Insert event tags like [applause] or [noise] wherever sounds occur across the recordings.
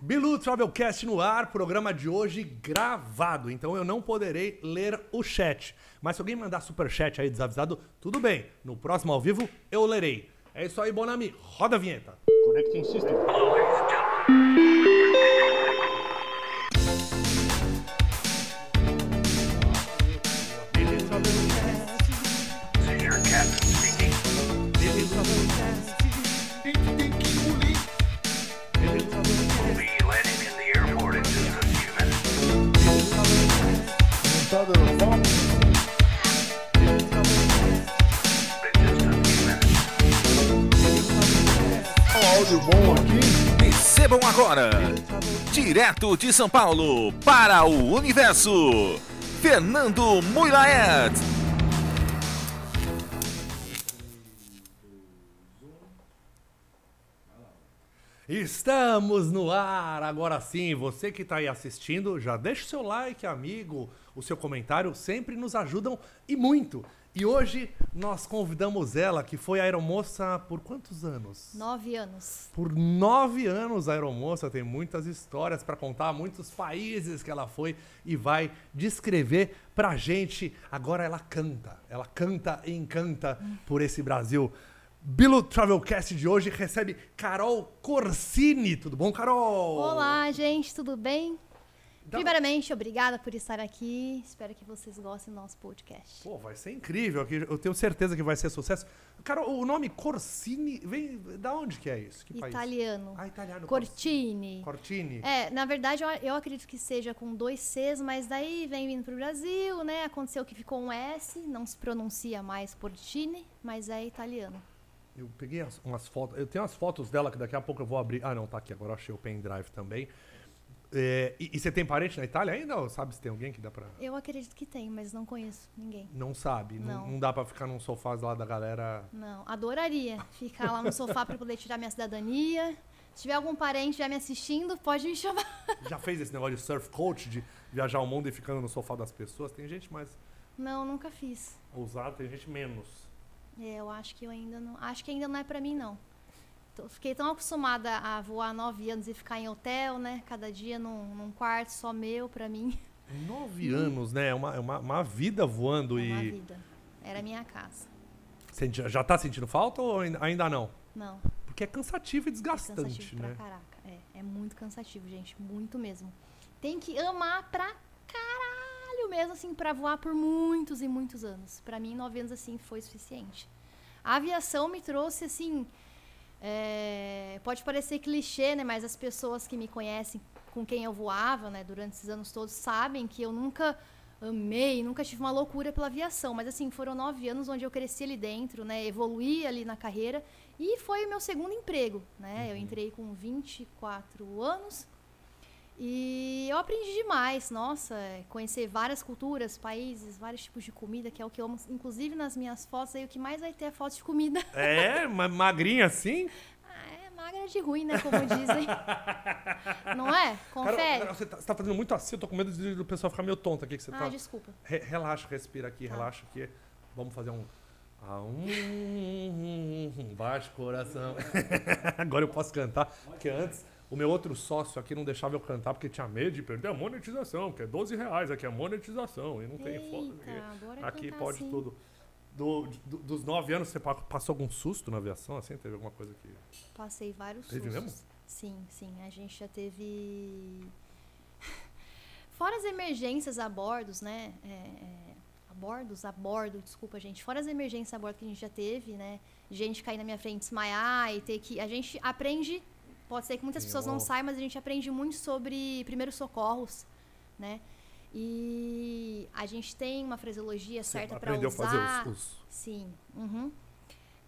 Bilu Travelcast no ar, programa de hoje gravado, então eu não poderei ler o chat. Mas se alguém mandar superchat aí desavisado, tudo bem. No próximo ao vivo eu lerei. É isso aí, Bonami. Roda a vinheta. Connecting system. We let him in the airport in just a few minutes. In just a few minutes. Recebam agora, direto de São Paulo, para o universo, Fernando Muilaert. Estamos no ar, agora sim. Você que está aí assistindo, já deixa o seu like, amigo, o seu comentário, sempre nos ajudam e muito. E hoje nós convidamos ela, que foi aeromoça por quantos anos? Nove anos. Por nove anos, a Aeromoça tem muitas histórias para contar, muitos países que ela foi e vai descrever pra gente. Agora ela canta, ela canta e encanta por esse Brasil. Bilu Travelcast de hoje recebe Carol Corsini. Tudo bom, Carol? Olá, gente, tudo bem? Primeiramente, obrigada por estar aqui. Espero que vocês gostem do nosso podcast. Pô, vai ser incrível aqui. Eu tenho certeza que vai ser sucesso. Carol, o nome Corsini vem da onde que é isso? Que país? Italiano. Ah, italiano. Cortini. Cortini. É, na verdade, eu, eu acredito que seja com dois Cs, mas daí vem vindo pro Brasil, né? Aconteceu que ficou um S, não se pronuncia mais Cortini, mas é italiano. Eu peguei as- umas fotos. Eu tenho as fotos dela que daqui a pouco eu vou abrir. Ah, não, tá aqui. Agora eu achei o pendrive também. É, e, e você tem parente na Itália ainda? Ou sabe se tem alguém que dá pra. Eu acredito que tem, mas não conheço ninguém. Não sabe. Não, Não. não dá pra ficar num sofá lá da galera. Não, adoraria ficar lá no sofá para poder tirar minha cidadania. Se tiver algum parente já me assistindo, pode me chamar. Já fez esse negócio de surf coach, de viajar o mundo e ficando no sofá das pessoas? Tem gente mais Não, nunca fiz. ousada, tem gente menos. É, eu acho que eu ainda não. Acho que ainda não é pra mim, não. Tô- fiquei tão acostumada a voar nove anos e ficar em hotel, né? Cada dia num, num quarto só meu pra mim. [laughs] Nove anos, né? É uma, é uma, uma vida voando Hum. É uma e. vida. Era minha casa. Você já- já tá sentindo falta ou ainda- ainda não? Não, Porque é cansativo e desgastante, cansativo pra né? caraca. É, é muito cansativo, gente. Muito mesmo. Tem que amar pra caralho mesmo, assim, pra voar por muitos e muitos anos. Pra mim, nove anos, assim, foi suficiente. A aviação me trouxe, assim... é, pode parecer clichê, né? Mas as pessoas que me conhecem, com quem eu voava, né? Durante esses anos todos, sabem que eu nunca amei, nunca tive uma loucura pela aviação. Mas, assim, foram nove anos onde eu cresci ali dentro, né? Evoluí ali na carreira. E foi o meu segundo emprego, né? Uhum. Eu entrei com 24 anos. E eu aprendi demais, nossa, é, conhecer várias culturas, países, vários tipos de comida, que é o que eu amo. Inclusive nas minhas fotos aí, o que mais vai ter é foto de comida. [laughs] É, ma- magrinha assim? Ah, é magra de ruim, né? Como [laughs] dizem. Não é? Cara, Confere. cara, você, tá, você tá fazendo muito assim, eu tô com medo de- do pessoal ficar meio tonto aqui que você ah, Tá. tá. desculpa. Re- relaxa, respira aqui, relaxa aqui. Vamos fazer um. Ah, um, um, um, um, baixo coração. [laughs] Agora eu posso cantar, porque antes o meu outro sócio aqui não deixava eu cantar porque tinha medo de perder a monetização, que é 12 reais aqui, a monetização, e não tem foda. Eita, agora é né? Aqui cantar pode assim. tudo. Do- do- dos nove anos, você pa- passou algum susto na aviação, assim? Teve alguma coisa que... Passei vários Teve sustos. mesmo? Sim, sim. A gente já teve. [laughs] Fora as emergências a bordos, né? É, é, a bordos, a bordo, desculpa, gente. Fora as emergências a bordo que a gente já teve, né? Gente cair na minha frente, desmaiar e ter que. A gente aprende. Pode ser que muitas Sim, pessoas eu- não saibam, mas a gente aprende muito sobre primeiros socorros, né? E a gente tem uma fraseologia certa para aprendeu usar. a fazer os... os... Sim. uhum.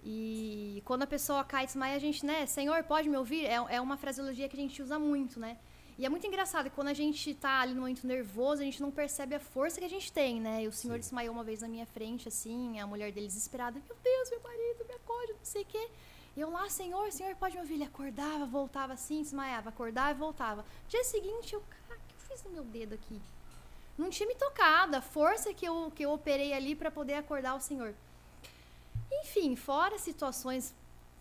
E quando a pessoa cai e desmaia, a gente, né? Senhor, pode me ouvir? É, é uma fraseologia que a gente usa muito, né? E é muito engraçado que quando a gente tá ali no momento nervoso, a gente não percebe a força que a gente tem, né? E o senhor desmaiou uma vez na minha frente, assim, a mulher dele desesperada, meu Deus, meu marido, me acorde, não sei o quê. E eu lá, senhor, senhor, pode me ouvir? Ele acordava, voltava assim, desmaiava, acordava e voltava. Dia seguinte, eu, cara, o que eu fiz no meu dedo aqui? Não tinha me tocado, a força que eu, que eu operei ali para poder acordar o senhor. Enfim, fora situações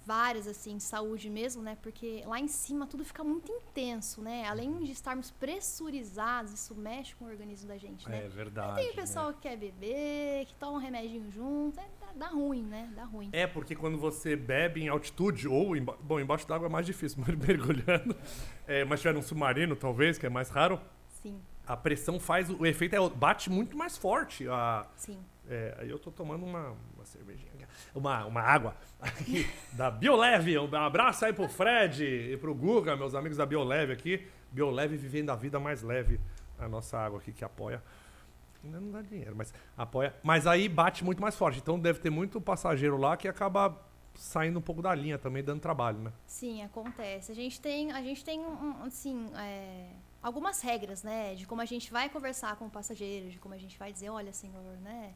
várias, assim, de saúde mesmo, né? Porque lá em cima tudo fica muito intenso, né? Além de estarmos pressurizados, isso mexe com o organismo da gente, né? É verdade. Tem né? pessoal que quer beber, que toma um remedinho junto, é, dá, dá ruim, né? Dá ruim. É porque quando você bebe em altitude ou emba- bom embaixo d'água é mais difícil, [laughs] mas mergulhando. É, mas tiver um submarino talvez que é mais raro, Sim, a pressão faz o, o efeito é o- bate muito mais forte. A, sim. é, aí eu tô tomando uma, uma cervejinha, aqui, uma, uma água aqui da Bioleve. Um abraço aí pro Fred e pro Guga, meus amigos da Bioleve aqui. Bioleve vivendo a vida mais leve. A nossa água aqui que apoia. Ainda não dá dinheiro, mas apoia. Mas aí bate muito mais forte. Então deve ter muito passageiro lá que acaba saindo um pouco da linha também, dando trabalho, né? Sim, acontece. A gente tem, a gente tem um, um, assim, é, algumas regras, né? De como a gente vai conversar com o passageiro, de como a gente vai dizer, olha, senhor, né?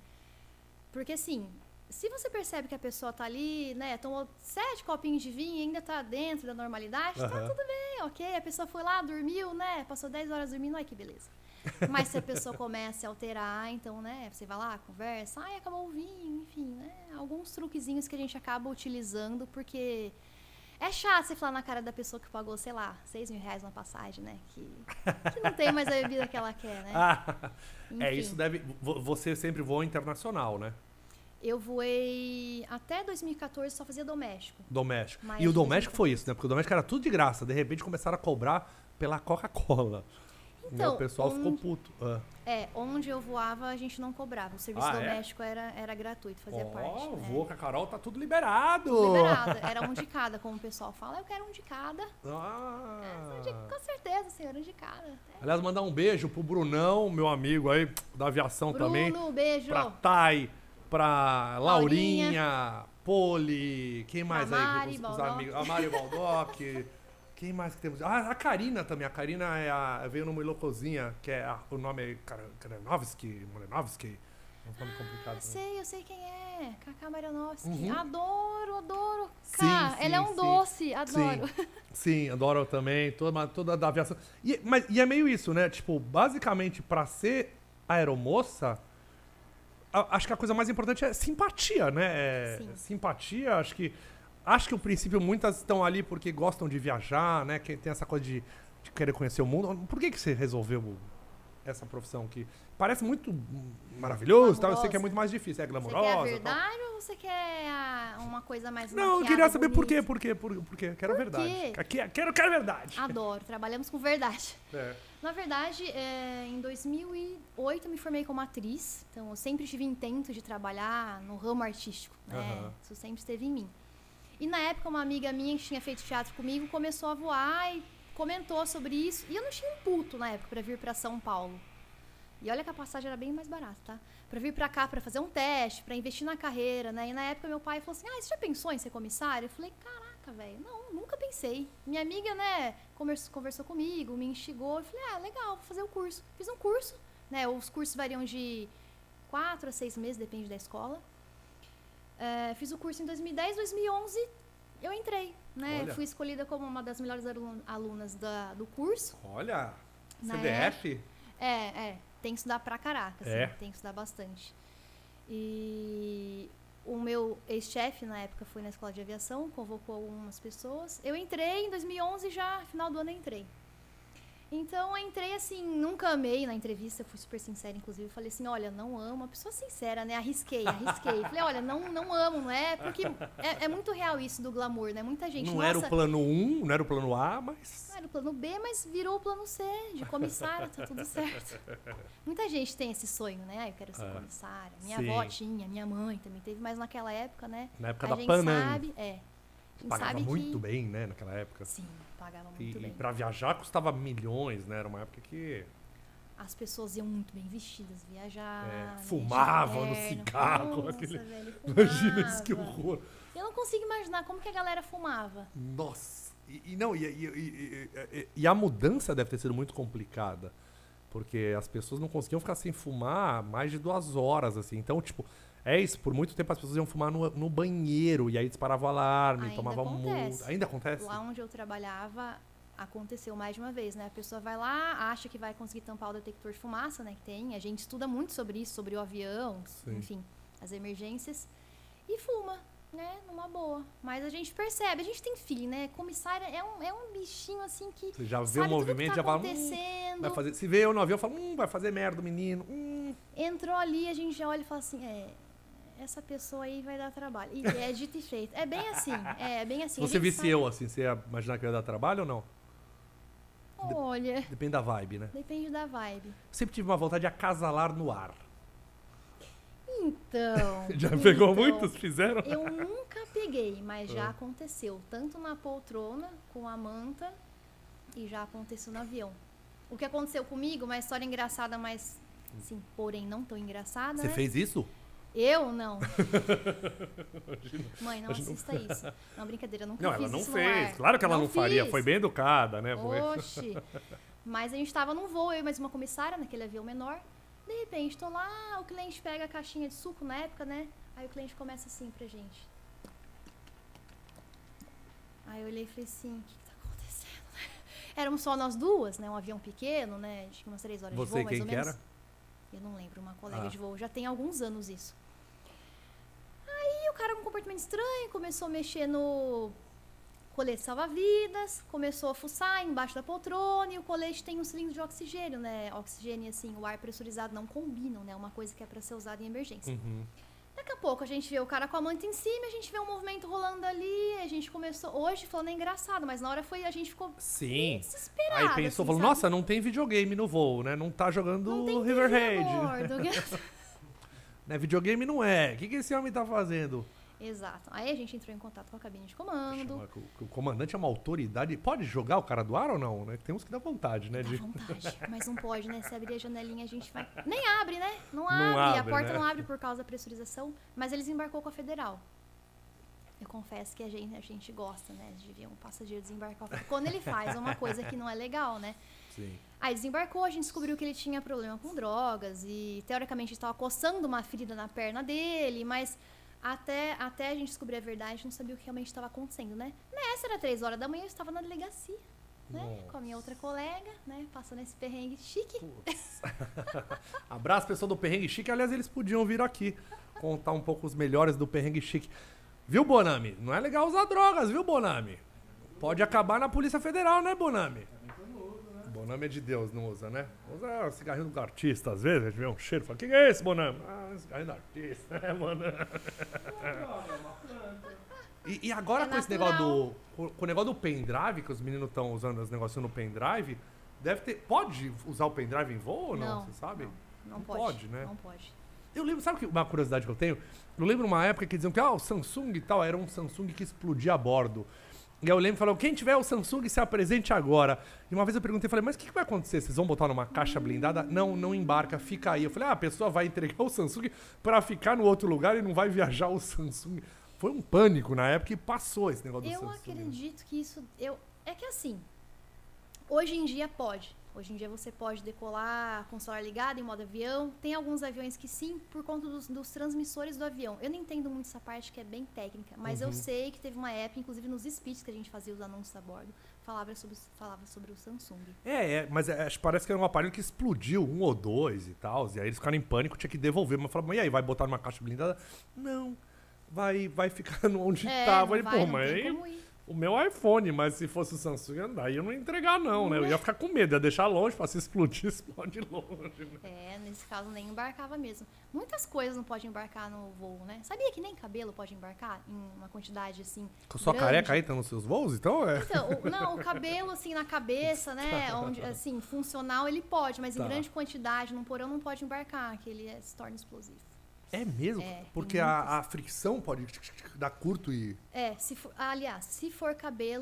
Porque, assim, se você percebe que a pessoa tá ali, né? Tomou sete copinhos de vinho e ainda tá dentro da normalidade, tá Aham. tudo bem, ok? A pessoa foi lá, dormiu, né? Passou 10 horas dormindo, ai que beleza. Mas se a pessoa começa a alterar, então, né? Você vai lá, conversa, ai, acabou o vinho, enfim, né? Alguns truquezinhos que a gente acaba utilizando, porque... É chato você falar na cara da pessoa que pagou, sei lá, 6 mil reais na passagem, né? Que, que não tem mais a bebida que ela quer, né? [laughs] Ah, é Enfim. isso deve. vo- Você sempre voa internacional, né? Eu voei até 2014, só fazia doméstico. Doméstico. Mas tá e o de vez em doméstico quando. foi isso, né? Porque o doméstico era tudo de graça. De repente começaram a cobrar pela Coca-Cola. Né? Então, o pessoal um- ficou puto. Ah. É, onde eu voava, a gente não cobrava. O serviço Ah, é? doméstico era, era gratuito, fazia Ó, parte. né? voa com a Carol, tá tudo liberado. Liberada, era um de cada, como o pessoal fala. Eu quero um de cada. Ah. Um de- Com certeza, senhor, um de cada. É. Aliás, mandar um beijo pro Brunão, meu amigo aí da aviação Bruno, também. beijo. Pra Thay, pra Laurinha, Laurinha. Poli, quem mais Mari, aí? Baldock. A Mari Baldoc. quem mais que temos? Ah, a Karina também. A Karina é a- veio no Muilocozinha, que é a- o nome é Kar- Karenovski, Molenovski. É um nome complicado. Ah, sei, eu sei quem é. Cacá Marianovski. Uhum. Adoro, adoro. Sim, Cá, sim, ela é um sim. doce, adoro. Sim, [laughs] sim, adoro também, toda, toda da aviação. E, mas, e é meio isso, né? Tipo, basicamente, pra ser aeromoça, a- acho que a coisa mais importante é simpatia, né? É, Sim. simpatia, acho que. Acho que o princípio muitas estão ali porque gostam de viajar, né? Que tem essa coisa de, de querer conhecer o mundo. Por que, que você resolveu essa profissão que parece muito hum, maravilhoso, tal? Eu sei que é Glamurosa. muito mais difícil, é Você glamourosa. quer a tal. verdade ou você quer a- uma coisa mais Não, eu maquiada, queria saber por bonita? quê, por quê, por, por quê. Quero a Por verdade. quê? Aqui, quero, quero a verdade. Adoro, trabalhamos com verdade. É. Na verdade, é, em 2008 eu me formei como atriz, então eu sempre tive intento de trabalhar no ramo artístico, né? Aham. Isso sempre esteve em mim. E na época uma amiga minha que tinha feito teatro comigo começou a voar e comentou sobre isso, e eu não tinha um puto na época para vir para São Paulo. E olha que a passagem era bem mais barata, tá? Pra vir pra cá, pra fazer um teste, pra investir na carreira, né? E na época meu pai falou assim: "Ah, você já pensou em ser comissário?" Eu falei: "Caraca, Tá, velho, não, nunca pensei". Minha amiga, né, conversou, conversou comigo, me instigou, eu falei: "Ah, legal, vou fazer o curso". Fiz um curso, né? Os cursos variam de quatro a seis meses, depende da escola. É, fiz o curso em 2010, 2011 eu entrei, né? Olha. Fui escolhida como uma das melhores alu- alunas da- do curso. Olha, Na CDF. É, é. Tem que estudar pra caraca, assim, É. Tem que estudar bastante. E o meu ex-chefe, na época, foi na escola de aviação, convocou algumas pessoas. Eu entrei em 2011 já, final do ano eu entrei. Então, eu entrei assim, nunca amei na entrevista, fui super sincera, inclusive. Falei assim, olha, não amo. Uma pessoa sincera, né? Arrisquei, arrisquei. Falei, olha, não, não amo, não é? Porque é, é muito real isso do glamour, né? Muita gente, não nossa, era o plano 1, não era o plano A, mas. não era o plano B, mas virou o plano C de comissária, tá [laughs] tudo certo. Muita gente tem esse sonho, né? Ah, eu quero ser É. comissária. Minha Sim. avó tinha, minha mãe também teve, mas naquela época, né? Na época a da gente Panam. sabe, é. A gente Pagava sabe muito que bem, né, naquela época. sim, pagava E, muito e bem. pra viajar custava milhões, né? Era uma época que As pessoas iam muito bem vestidas viajar, É, né, de fumavam no terno. cigarro, Nossa, aquele- velho, Imagina isso, que fumava. horror. Eu não consigo imaginar como que a galera fumava. Nossa. E, e não, e, e- e- e- e- e a mudança deve ter sido muito complicada. Porque as pessoas não conseguiam ficar sem fumar mais de duas horas, assim. Então, tipo, é isso. Por muito tempo as pessoas iam fumar no, no banheiro. E aí disparava o alarme, Ainda tomava acontece. multa. Ainda acontece? Lá onde eu trabalhava, aconteceu mais de uma vez, né? A pessoa vai lá, acha que vai conseguir tampar o detector de fumaça, né? Que tem. A gente estuda muito sobre isso, sobre o avião, Sim. enfim, as emergências. E fuma. né, numa boa. Mas a gente percebe, a gente tem filho, né? Comissária é um, é um bichinho assim que. Você já vê sabe o movimento, tudo que já tá fala, "Hum, acontecendo. Vai fazer, se vê eu no avião, fala, hum, vai fazer merda o menino. Hum. Entrou ali, a gente já olha e fala assim, é. Essa pessoa aí vai dar trabalho. E é dito e feito. É bem assim. É, bem assim. A você gente visse sabe- eu assim, você ia imaginar que eu ia dar trabalho ou não? Olha, Depende da vibe, né? depende da vibe. Sempre tive uma vontade de acasalar no ar. [laughs] Então. Já pegou então, muitos? Ah. Fizeram? Eu nunca peguei, mas já aconteceu. Tanto na poltrona, com a manta, e já aconteceu no avião. O que aconteceu comigo, uma história engraçada, mas, assim, porém não tão engraçada, Você né? fez isso? Eu [laughs] não. Mãe, não assista isso. Não, brincadeira, eu nunca Não, fiz ela não isso no fez. ar. Claro que ela não, faria. fiz. Foi bem educada, né? Foi- Oxi. Mas a gente tava num voo, eu e mais uma comissária, naquele avião menor. De repente, tô lá, o cliente pega a caixinha de suco na época, né? Aí o cliente começa assim pra gente. Aí eu olhei e falei assim, o que, que tá acontecendo? [laughs] Éramos só nós duas, né? Um avião pequeno, né? Acho que umas três horas Você de e voo, quem mais ou que menos. era? Eu não lembro, uma colega Ah. de voo. Já tem alguns anos isso. Aí o cara com um comportamento estranho, começou a mexer no colete salva-vidas, começou a fuçar embaixo da poltrona e o colete tem um cilindro de oxigênio, né? Oxigênio e assim, o ar pressurizado não combinam, né? É Uma coisa que é pra ser usada em emergência. Uhum. Daqui a pouco a gente vê o cara com a manta em cima, a gente vê um movimento rolando ali, a gente começou hoje falando é engraçado, mas na hora foi a gente ficou Sim. desesperada. Aí pensou, assim, falou, sabe? nossa, não tem videogame no voo, né? Não tá não jogando tem Riverhead. Riverhead. Né? Videogame não é. O que, que esse homem tá fazendo? Exato. Aí a gente entrou em contato com a cabine de comando. Chama- o- O comandante é uma autoridade. Pode jogar o cara do ar ou não? né? Tem uns que dá vontade, né? Dá de- vontade, mas não pode, né? Se abrir a janelinha, a gente [laughs] vai. Nem abre, né? Não abre, Não a abre, né? porta não abre por causa da pressurização, mas eles embarcou com a federal. Eu confesso que a gente, a gente gosta, né? De ver um passageiro desembarcar. Quando ele faz uma coisa que não é legal, né? Sim. Aí desembarcou, a gente descobriu que ele tinha problema com drogas e teoricamente estava coçando uma ferida na perna dele, mas até, até a gente descobrir a verdade, a gente não sabia o que realmente estava acontecendo, né? Nessa era três horas da manhã, eu estava na delegacia, né? Com a minha outra colega, né? Passando esse perrengue chique. Abraço, pessoal do Perrengue Chique. Aliás, eles podiam vir aqui contar um pouco os melhores do Perrengue Chique. Viu, Bonami? Não é legal usar drogas, viu, Bonami? Pode acabar na Polícia Federal, né, Bonami? Bonami é de Deus, não usa, né? Usa cigarrinho do artista, às vezes, a gente vê um cheiro e fala, o que, que é esse, Bonami? Ah, cigarrinho do artista, [laughs] né, Bonami? E, e agora É com esse natural. negócio do. Com, com o negócio do pendrive, que os meninos estão usando os negocinhos no pendrive, deve ter. Pode usar o pendrive em voo ou não? Não, Você sabe? Não, Não pode. pode, né? Não pode. Eu lembro, sabe que- uma curiosidade que eu tenho? Eu lembro uma época que diziam que ah, o Samsung e tal era um Samsung que explodia a bordo. E eu lembro e falou: quem tiver o Samsung se apresente agora. E uma vez eu perguntei, falei, mas o que, que vai acontecer? Vocês vão botar numa caixa blindada? Não, não embarca, fica aí. Eu falei, ah, a pessoa vai entregar o Samsung pra ficar no outro lugar e não vai viajar o Samsung. Foi um pânico na época e passou esse negócio do Eu Samsung. acredito que isso. Eu, é que assim. Hoje em dia pode. Hoje em dia você pode decolar com o celular ligado em modo avião. Tem alguns aviões que sim, por conta dos, dos transmissores do avião. Eu não entendo muito essa parte que é bem técnica, mas Uhum. eu sei que teve uma época, inclusive nos speeches que a gente fazia os anúncios a bordo, falava sobre, os- falava sobre o Samsung. É, é, mas é, acho que parece que era um aparelho que explodiu, um ou dois e tal. E aí eles ficaram em pânico, tinha que devolver. Mas falaram, mas e aí, vai botar numa caixa blindada? Não, vai, vai ficar [laughs] no- onde É, tá. Eu não falei, vai, pô, não mas tem aí como ir. o meu iPhone, mas se fosse o Samsung, eu- aí eu não ia entregar, não, né? Eu é. ia ficar com medo, ia deixar longe, pra se [laughs] explodir, explode longe. né? É, nesse caso nem embarcava mesmo. Muitas coisas não pode embarcar no voo, né? Sabia que nem cabelo pode embarcar em uma quantidade assim. Com sua grande? careca aí, tá nos seus voos, então é. Então, o- não, o cabelo, assim, na cabeça, né? Onde, assim, funcional ele pode, mas Tá. em grande quantidade, num porão não pode embarcar, que ele é- se torna explosivo. É mesmo? É, tem Porque a, a fricção pode dar curto e. É, se for, aliás, se for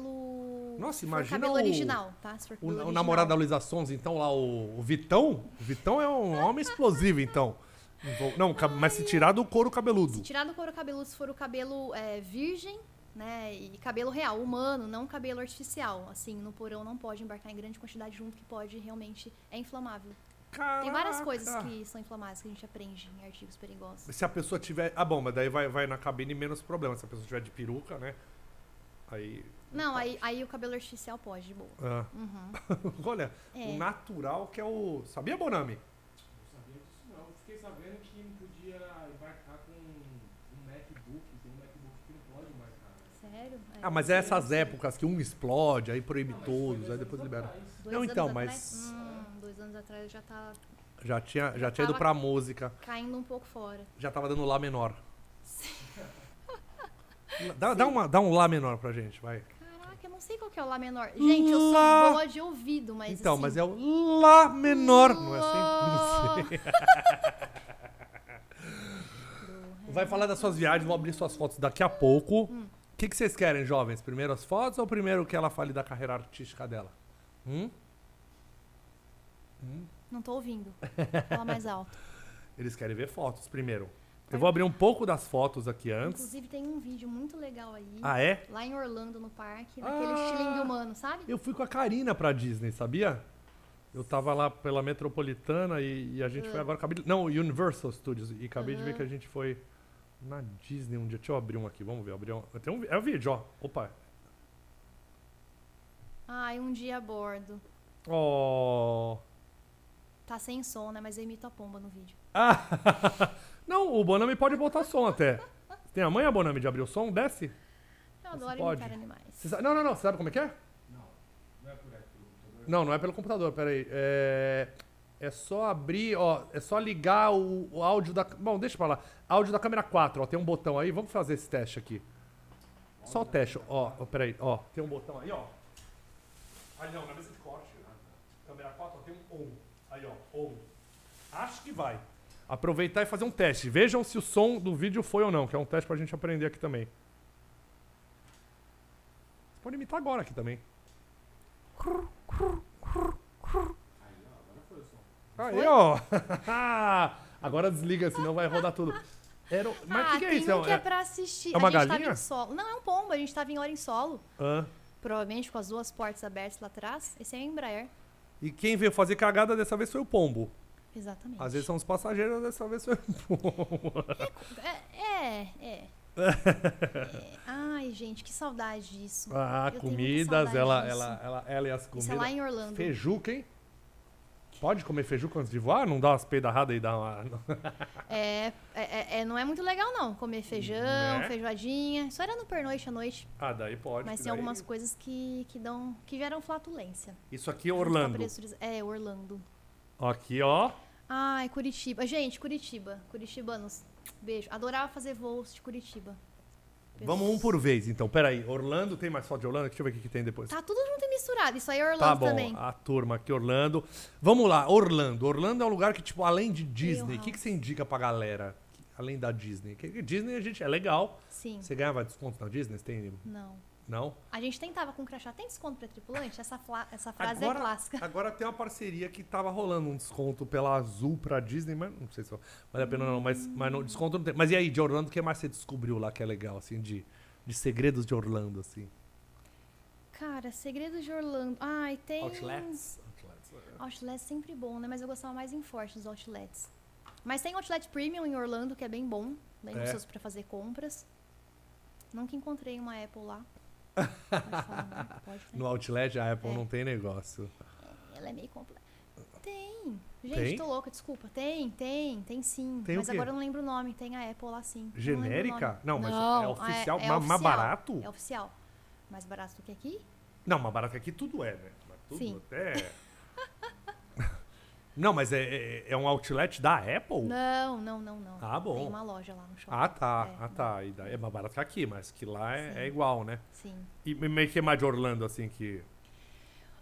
cabelo. Nossa, se for imagina cabelo o- original, tá? Se for O, cabelo o original. namorado da Luísa Sons, então, lá, o, o Vitão. O Vitão é um homem explosivo, então. Não vou- Não, cab- mas se tirar do couro cabeludo. Tirar do couro cabeludo, se for o cabelo é, virgem, né? E cabelo real, humano, não cabelo artificial. Assim, no porão não pode embarcar em grande quantidade junto, que pode realmente. É inflamável. Tem várias Caraca! coisas que são inflamáveis que a gente aprende em artigos perigosos. Se a pessoa tiver. Ah, bom, mas daí vai, vai na cabine menos problema. Se a pessoa tiver de peruca, né? Aí. Não, aí, aí o cabelo artificial pode, de boa. ah. [laughs] Olha, Uhum. É. o natural que é o. Sabia, Bonami? Não sabia disso não. Eu Fiquei sabendo que não podia embarcar com um MacBook. Tem um MacBook que não Sério? É. Ah, mas é essas épocas que um explode, aí proíbe todos, aí depois libera. Dois não, anos então, atrás? mas Hum, dois anos atrás eu já tava já tinha, já tinha ido tava- pra música, caindo um pouco fora. já tava dando Lá menor. Dá, dá uma, dá um Lá menor pra gente, vai. Caraca, eu não sei qual que é o Lá menor. Gente, eu sou Lá. boa de ouvido, mas então, assim, mas é o Lá menor, não é assim? Não sei. [laughs] Vai falar das suas viagens, vou abrir suas fotos daqui a pouco. O Hum. que, que vocês querem, jovens? Primeiro as fotos ou primeiro que ela fale da carreira artística dela? Hum? Não [laughs] tô ouvindo. Fala mais alto. Eles querem ver fotos primeiro. Eu vou abrir um pouco das fotos aqui antes. Inclusive, tem um vídeo muito legal aí. Ah, é? Lá em Orlando, no parque, naquele Ah. estilingue humano, sabe? Eu fui com a Karina pra Disney, sabia? Eu tava lá pela Metropolitana e, e a gente foi agora. Acabei de, não, Universal Studios. E acabei de ver que a gente foi na Disney um dia. Deixa eu abrir um aqui, vamos ver. Abrir um, tem um, vi- é o vídeo, ó. Opa. Ai, um dia a bordo. Ó. Tá sem som, né? Mas eu imito a pomba no vídeo. Ah, não, o Bonami pode botar som até. Tem a manha, Bonami, de abrir o som? Desce? Eu adoro pode. imitar animais. Você sa- Não, não, não. Você sabe como é que é? Não, não é pelo computador. peraí. É... é só abrir, ó. É só ligar o, o áudio da. Bom, deixa pra lá. Áudio da câmera 4, ó. Tem um botão aí. Vamos fazer esse teste aqui. Só o teste, ó. ó, Peraí, ó. Tem um botão aí, ó. Aí não, na mesa de corte. né? Câmera 4, ó, tem um on. Aí, ó. On. Acho que vai. Aproveitar e fazer um teste. Vejam se o som do vídeo foi ou não, que é um teste pra gente aprender aqui também. Você pode imitar agora aqui também. Aí, ó. [laughs] Ah, Agora desliga, senão vai rodar tudo. Era o- Mas o ah, que, que é tem isso? um que é É- pra assistir. é uma a gente galinha? tava em solo. Não, é um pombo. A gente tava em hora em solo. Hã? Provavelmente com as duas portas abertas lá atrás. Esse é o Embraer. E quem veio fazer cagada dessa vez foi o pombo. Exatamente. Às vezes são os passageiros, dessa vez foi o pombo. [laughs] É, é, é. É. Ai, gente, que saudade disso. Ah, Eu tenho muita comidas, saudade ela, disso. ela, ela, ela e as comidas. Isso é lá em Orlando. Fejuca, hein? Pode comer fejuca antes de voar? Não dá umas peidarradas e dá uma. [laughs] É, é, é, não é muito legal, não. Comer feijão, Né? feijoadinha. Isso era no pernoite à noite. Ah, daí pode. Mas que tem daí- algumas coisas que, que dão. que geram flatulência. Então, Isso aqui é Junto com a Orlando. pressuriza- É, Orlando. Aqui, ó. Ai, Curitiba. Gente, Curitiba. Curitibanos. Beijo. Adorava fazer voos de Curitiba. Vamos um por vez, então. Peraí. Orlando, tem mais foto de Orlando? Deixa eu ver o que que tem depois. Tá tudo junto e misturado. Isso aí é Orlando Tá bom, também. a turma aqui, Orlando. Vamos lá, Orlando. Orlando é um lugar que, tipo, além de Disney, o que, House. que você indica pra galera? Além da Disney. Que- que Disney, a gente, é legal. Sim. Você ganhava desconto na Disney? Você tem? Não. Não? A gente tentava com crachá. Tem desconto pra tripulante? Essa, fla- essa frase [laughs] é clássica. Agora tem uma parceria que tava rolando um desconto pela Azul pra Disney, mas não sei se vale a pena ou não, mas, mas não, desconto não tem. Mas e aí, de Orlando, o que mais você descobriu lá que é legal, assim, de, de segredos de Orlando, assim? Cara, Segredos de Orlando. Ai, tem. Outlets? Outlets, é. Outlets sempre bom, né? Mas eu gostava mais em Forte dos outlets. Mas tem outlet premium em Orlando, que é bem bom. Bem É. gostoso pra fazer compras. Nunca encontrei uma Apple lá. Pode falar, [laughs] né? Pode ter. No Outlet, a Apple É. não tem negócio. Ela é meio completa. Tem. Gente, Tem? tô louca, desculpa. Tem, tem, tem sim. Tem o mas quê? agora eu não lembro o nome. Tem a Apple lá sim. Não lembro o Genérica? nome. Não, mas é oficial, ma- mais barato? É oficial. Mais barato do que aqui? Não, mas barato que aqui tudo é, né? Mas tudo Sim. até. é. [laughs] não, mas é, é, é um outlet da Apple? Não, é não, não, não. Oh. Ah, bom. Tem uma loja lá no shopping. Ah, tá. É, ah, tá. E daí é mais barato que aqui, mas que lá Sim. é, é igual, né? Sim. E meio que é mais de Orlando, assim, que.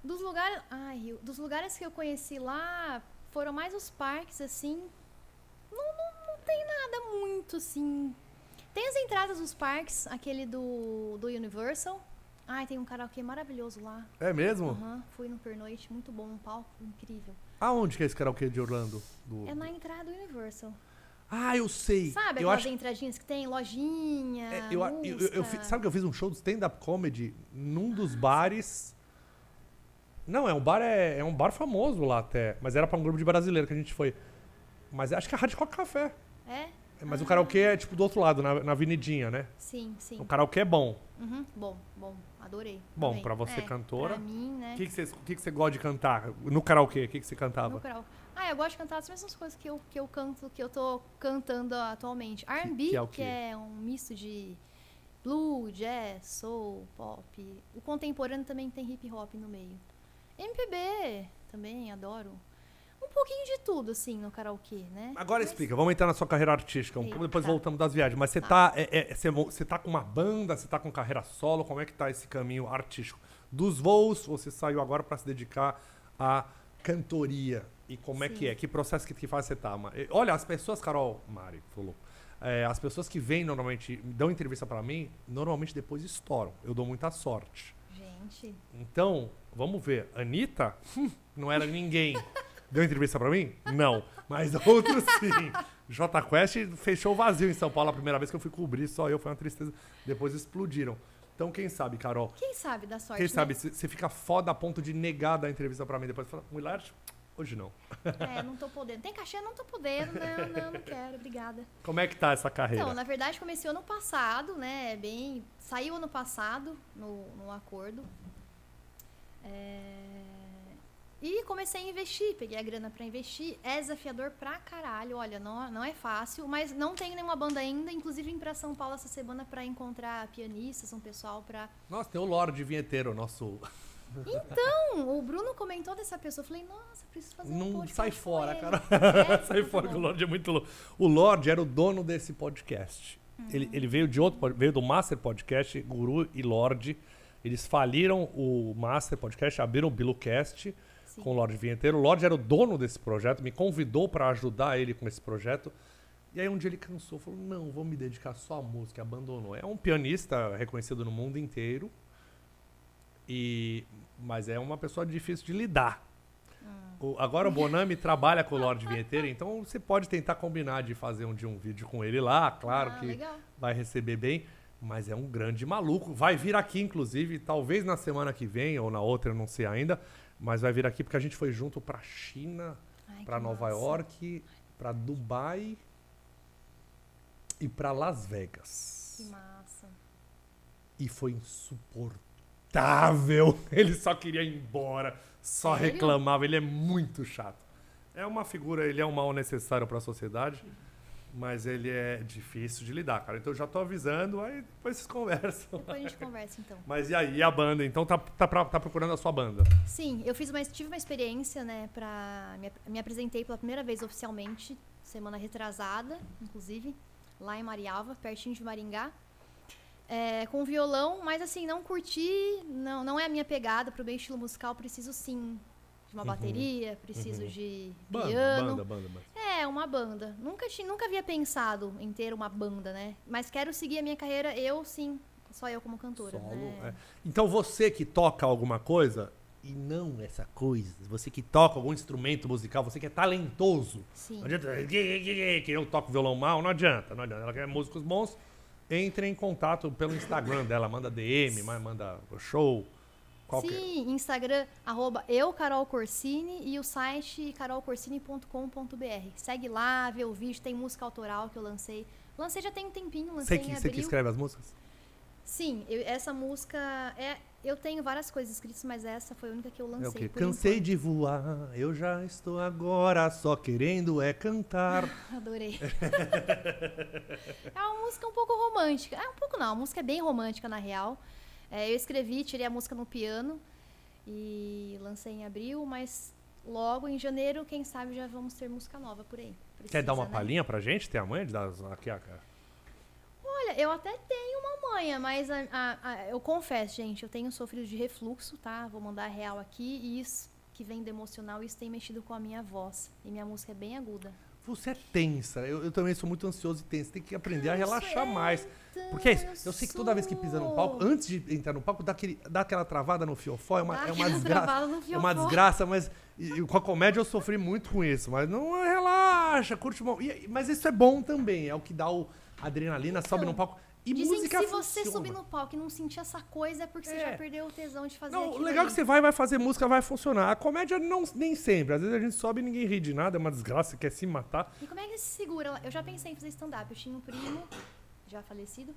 Dos lugares, ai, eu- dos lugares que eu conheci lá, foram mais os parques assim. Não, não, não tem nada muito assim. Tem as entradas dos parques, aquele do do Universal. Ai, tem um karaokê maravilhoso lá. É mesmo? Aham, fui no pernoite, muito bom, um palco incrível. Aonde que é esse karaokê de Orlando? Do- É na entrada do Universal. Ah, eu sei. Sabe eu aquelas acho. entradinhas que tem? Lojinha, é, eu, eu- eu- eu fi- música. sabe que eu fiz um show de stand-up comedy Ah, num dos bares. Não, é um bar é, é um bar famoso lá até, mas era pra um grupo de brasileiro que a gente foi. Mas acho que é a Rádio Coca Café. É? Mas o karaokê é tipo do outro lado, na, na avenidinha, né? Sim, sim. O karaokê é bom. Uhum, Bom, bom, adorei. Bom, também. pra você, É, cantora. Pra mim, né? O que você que que você gosta de cantar? No karaokê, o que que você No cantava? coral. Ah, eu gosto de cantar as mesmas coisas que eu, que eu canto, que eu tô cantando atualmente. que R&B, que, é o é quê? um misto de Blue, jazz, soul, pop. O contemporâneo também tem hip hop no meio. MPB também, adoro. Um pouquinho de tudo, assim, no karaokê, né? Agora Mas explica, vamos entrar na sua carreira artística. um pouco, Eita. depois voltamos das viagens. Mas você tá. é- é- você, mo- você tá com uma banda, você tá com carreira solo, como é que tá esse caminho artístico? Dos voos, você saiu agora para se dedicar à cantoria. E como é que Sim. é? Que processo que, que faz você tá? Ma- e- Olha, as pessoas, Carol, Mari, falou. é, as pessoas que vêm normalmente, dão entrevista para mim, normalmente depois estouram. Eu dou muita sorte. Gente, Então, vamos ver. Anitta [laughs] hum, não era ninguém. Deu entrevista pra mim? Não. Mas [laughs] outros sim. Jota Quest fechou o vazio em São Paulo a primeira vez que eu fui cobrir, só eu, foi uma tristeza. Depois explodiram. Então, quem sabe, Carol? quem sabe da sorte, Quem né? sabe, você fica foda a ponto de negar dar entrevista pra mim depois. Fala, mulher, hoje não. É, não tô podendo. Tem cachê? Não tô podendo. Não, não, não quero. Obrigada. Como é que tá essa carreira? Então, na verdade, comecei ano passado, né? Bem, saiu ano passado no, no acordo. É, E comecei a investir, peguei a grana pra investir. É desafiador pra caralho, olha, não, não é fácil, mas não tenho nenhuma banda ainda. Inclusive, vim pra São Paulo essa semana pra encontrar pianistas, um pessoal [laughs] pra. Nossa, tem o Lorde Vinheteiro, nosso. Então, o Bruno comentou dessa pessoa. Eu falei, nossa, preciso fazer um Não podcast sai com fora, ele. cara. [laughs] [laughs] É, Sai muito fora que o bom. Lorde é muito louco. O Lorde era o dono desse podcast. Uhum. Ele, ele veio de outro, pod- veio do Master Podcast, Guru e Lorde. Eles faliram o Master Podcast, abriram o Bilucast Sim. com o Lorde Vinheteiro. O Lorde era o dono desse projeto, me convidou para ajudar ele com esse projeto. E aí um dia ele cansou, falou: "Não, vou me dedicar só à música", abandonou. É um pianista reconhecido no mundo inteiro. E mas é uma pessoa difícil de lidar. Ah. O- agora o Bonami trabalha com o Lorde Vinheteiro, então você pode tentar combinar de fazer um dia um vídeo com ele lá, claro Ah, que legal. vai receber bem, mas é um grande maluco. Vai vir aqui, inclusive, talvez na semana que vem ou na outra, eu não sei ainda, mas vai vir aqui porque a gente foi junto pra China, Ai, pra que Nova massa. York, pra Dubai e pra Las Vegas Que massa. [laughs] e foi insuportável. [laughs] Ele só queria ir embora, só Sério? reclamava. Ele é muito chato. É uma figura, ele é um mal necessário para a sociedade, mas ele é difícil de lidar, cara. Então eu já tô avisando, aí depois vocês [laughs] conversam. Depois a gente conversa então. Mas e aí, e a banda? Então tá, tá, pra- tá procurando a sua banda. Sim, eu fiz uma, tive uma experiência, né, pra... Me, ap- me apresentei pela primeira vez oficialmente, semana retrasada, inclusive, lá em Marialva, pertinho de Maringá, é, com violão, mas assim, não curti, não, não é a minha pegada pro meu estilo musical, preciso sim de uma bateria, preciso de Uhum. Banda, piano. banda, banda, banda. É, uma banda. Nunca, ti- nunca havia pensado em ter uma banda, né? Mas quero seguir a minha carreira, eu sim, só eu como cantora, Solo, né? é. Então você que toca alguma coisa, e não essa coisa, você que toca algum instrumento musical, você que é talentoso, Sim. não adianta que eu toco violão mal, não adianta, não adianta. Ela quer músicos bons, entre em contato pelo Instagram dela, manda DM, ma- manda show, é? qualquer. Sim, Instagram, arroba eu, Carol Corsini, e o site carolcorsini.com.br. Segue lá, vê o vídeo, tem música autoral que eu lancei. Lancei já tem um tempinho, Você lancei que, em você abril. que escreve as músicas? Sim, eu- essa música é... Eu tenho várias coisas escritas, mas essa foi a única que eu lancei. é o quê? por Cansei de voar, eu já estou agora só querendo é [laughs] cantar. enquanto. Adorei. é uma música um pouco romântica. É, um pouco não, a música é bem romântica, na real. É, eu escrevi, tirei a música no piano e lancei em abril, mas logo em janeiro, quem sabe, já vamos ter música nova por aí. Quer dar Precisa, uma né? palhinha pra gente? Tem a manha de dar as- aqui, a cara? Olha, eu até tenho uma manha, mas a- a- a- eu confesso, gente, eu tenho sofrido de refluxo, tá? Vou mandar a real aqui e isso que vem do emocional, isso tem mexido com a minha voz. E minha música é bem aguda. Você é tensa. Eu, eu também sou muito ansioso e tenso. Tem que aprender a Cara, relaxar isso é mais. Porque é isso. Eu sei que toda vez que pisa no palco, antes de entrar no palco, dá, aquele- dá aquela travada no fiofó. É uma, Dá é uma aquela desgraça. travada no É uma fiofó. desgraça, mas. e- e com a comédia eu sofri muito com isso. Mas não relaxa, curte uma. e- mas isso é bom também. É o que dá o a adrenalina, sobe no palco. E Então, Dizem música que se você funciona. subir no palco e não sentir essa coisa, é porque você É. já perdeu o tesão de fazer Não, o aquilo legal é ali. que você vai, vai fazer música, vai funcionar. A comédia não, nem sempre. Às vezes a gente sobe e ninguém ri de nada, é uma desgraça, quer se matar. E como é que se segura? Eu já pensei em fazer stand-up. Eu tinha um primo, já falecido,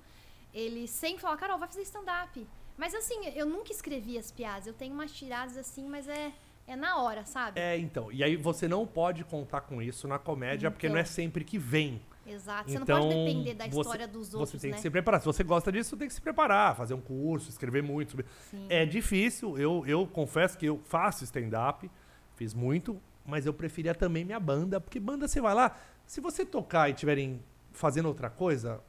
ele sempre falava, Carol, vai fazer stand-up. Mas assim, eu nunca escrevi as piadas. Eu tenho umas tiradas assim, mas é, é na hora, sabe? É, então. E aí você não pode contar com isso na comédia, porque não é Então. sempre que vem. Exato. Você Então, não pode depender da você- história dos outros, Você tem né? que se preparar. Se você gosta disso, tem que se preparar, fazer um curso, escrever muito. sobre- Sim. É difícil, eu, eu confesso que eu faço stand-up, fiz muito, mas eu preferia também minha banda, porque banda você vai lá, se você tocar e estiverem fazendo outra coisa,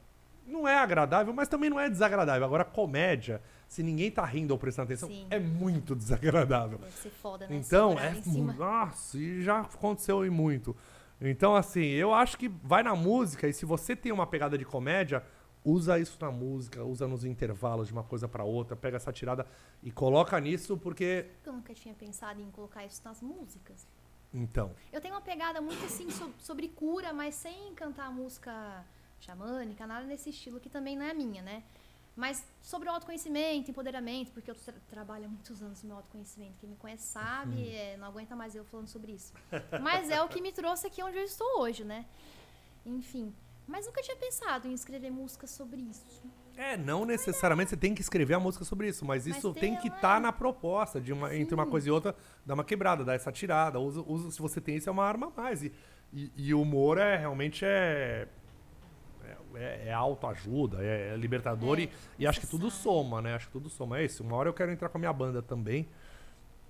não é agradável, mas também não é desagradável. Agora, comédia, se ninguém tá rindo ou prestando atenção, Sim. é muito desagradável. Deve ser foda, né? Então, Segurar é. em cima. Nossa, e já aconteceu e muito. Então, assim, eu acho que vai na música e se você tem uma pegada de comédia, usa isso na música, usa nos intervalos de uma coisa pra outra, pega essa tirada e coloca nisso, porque. Eu nunca tinha pensado em colocar isso nas músicas. Então. Eu tenho uma pegada muito assim so- sobre cura, mas sem cantar música xamânica, nada nesse estilo, que também não é a minha, né? Mas sobre o autoconhecimento, empoderamento, porque eu tra trabalho há muitos anos no meu autoconhecimento. Quem me conhece Uhum. sabe, é, não aguenta mais eu falando sobre isso. Mas é o que me trouxe aqui onde eu estou hoje, né? Enfim. Mas nunca tinha pensado em escrever música sobre isso. É, não necessariamente você tem que escrever a música sobre isso, mas Mas isso tem tem que lá. estar na proposta de uma, entre uma Sim. coisa e outra, dá uma quebrada, dá essa tirada. Usa, usa- se você tem isso, é uma arma a mais. E, e, e o humor é realmente é. É, é autoajuda, é, é libertador É, e, e acho que tudo necessário. soma, né? Acho que tudo soma. É isso. Uma hora eu quero entrar com a minha banda também,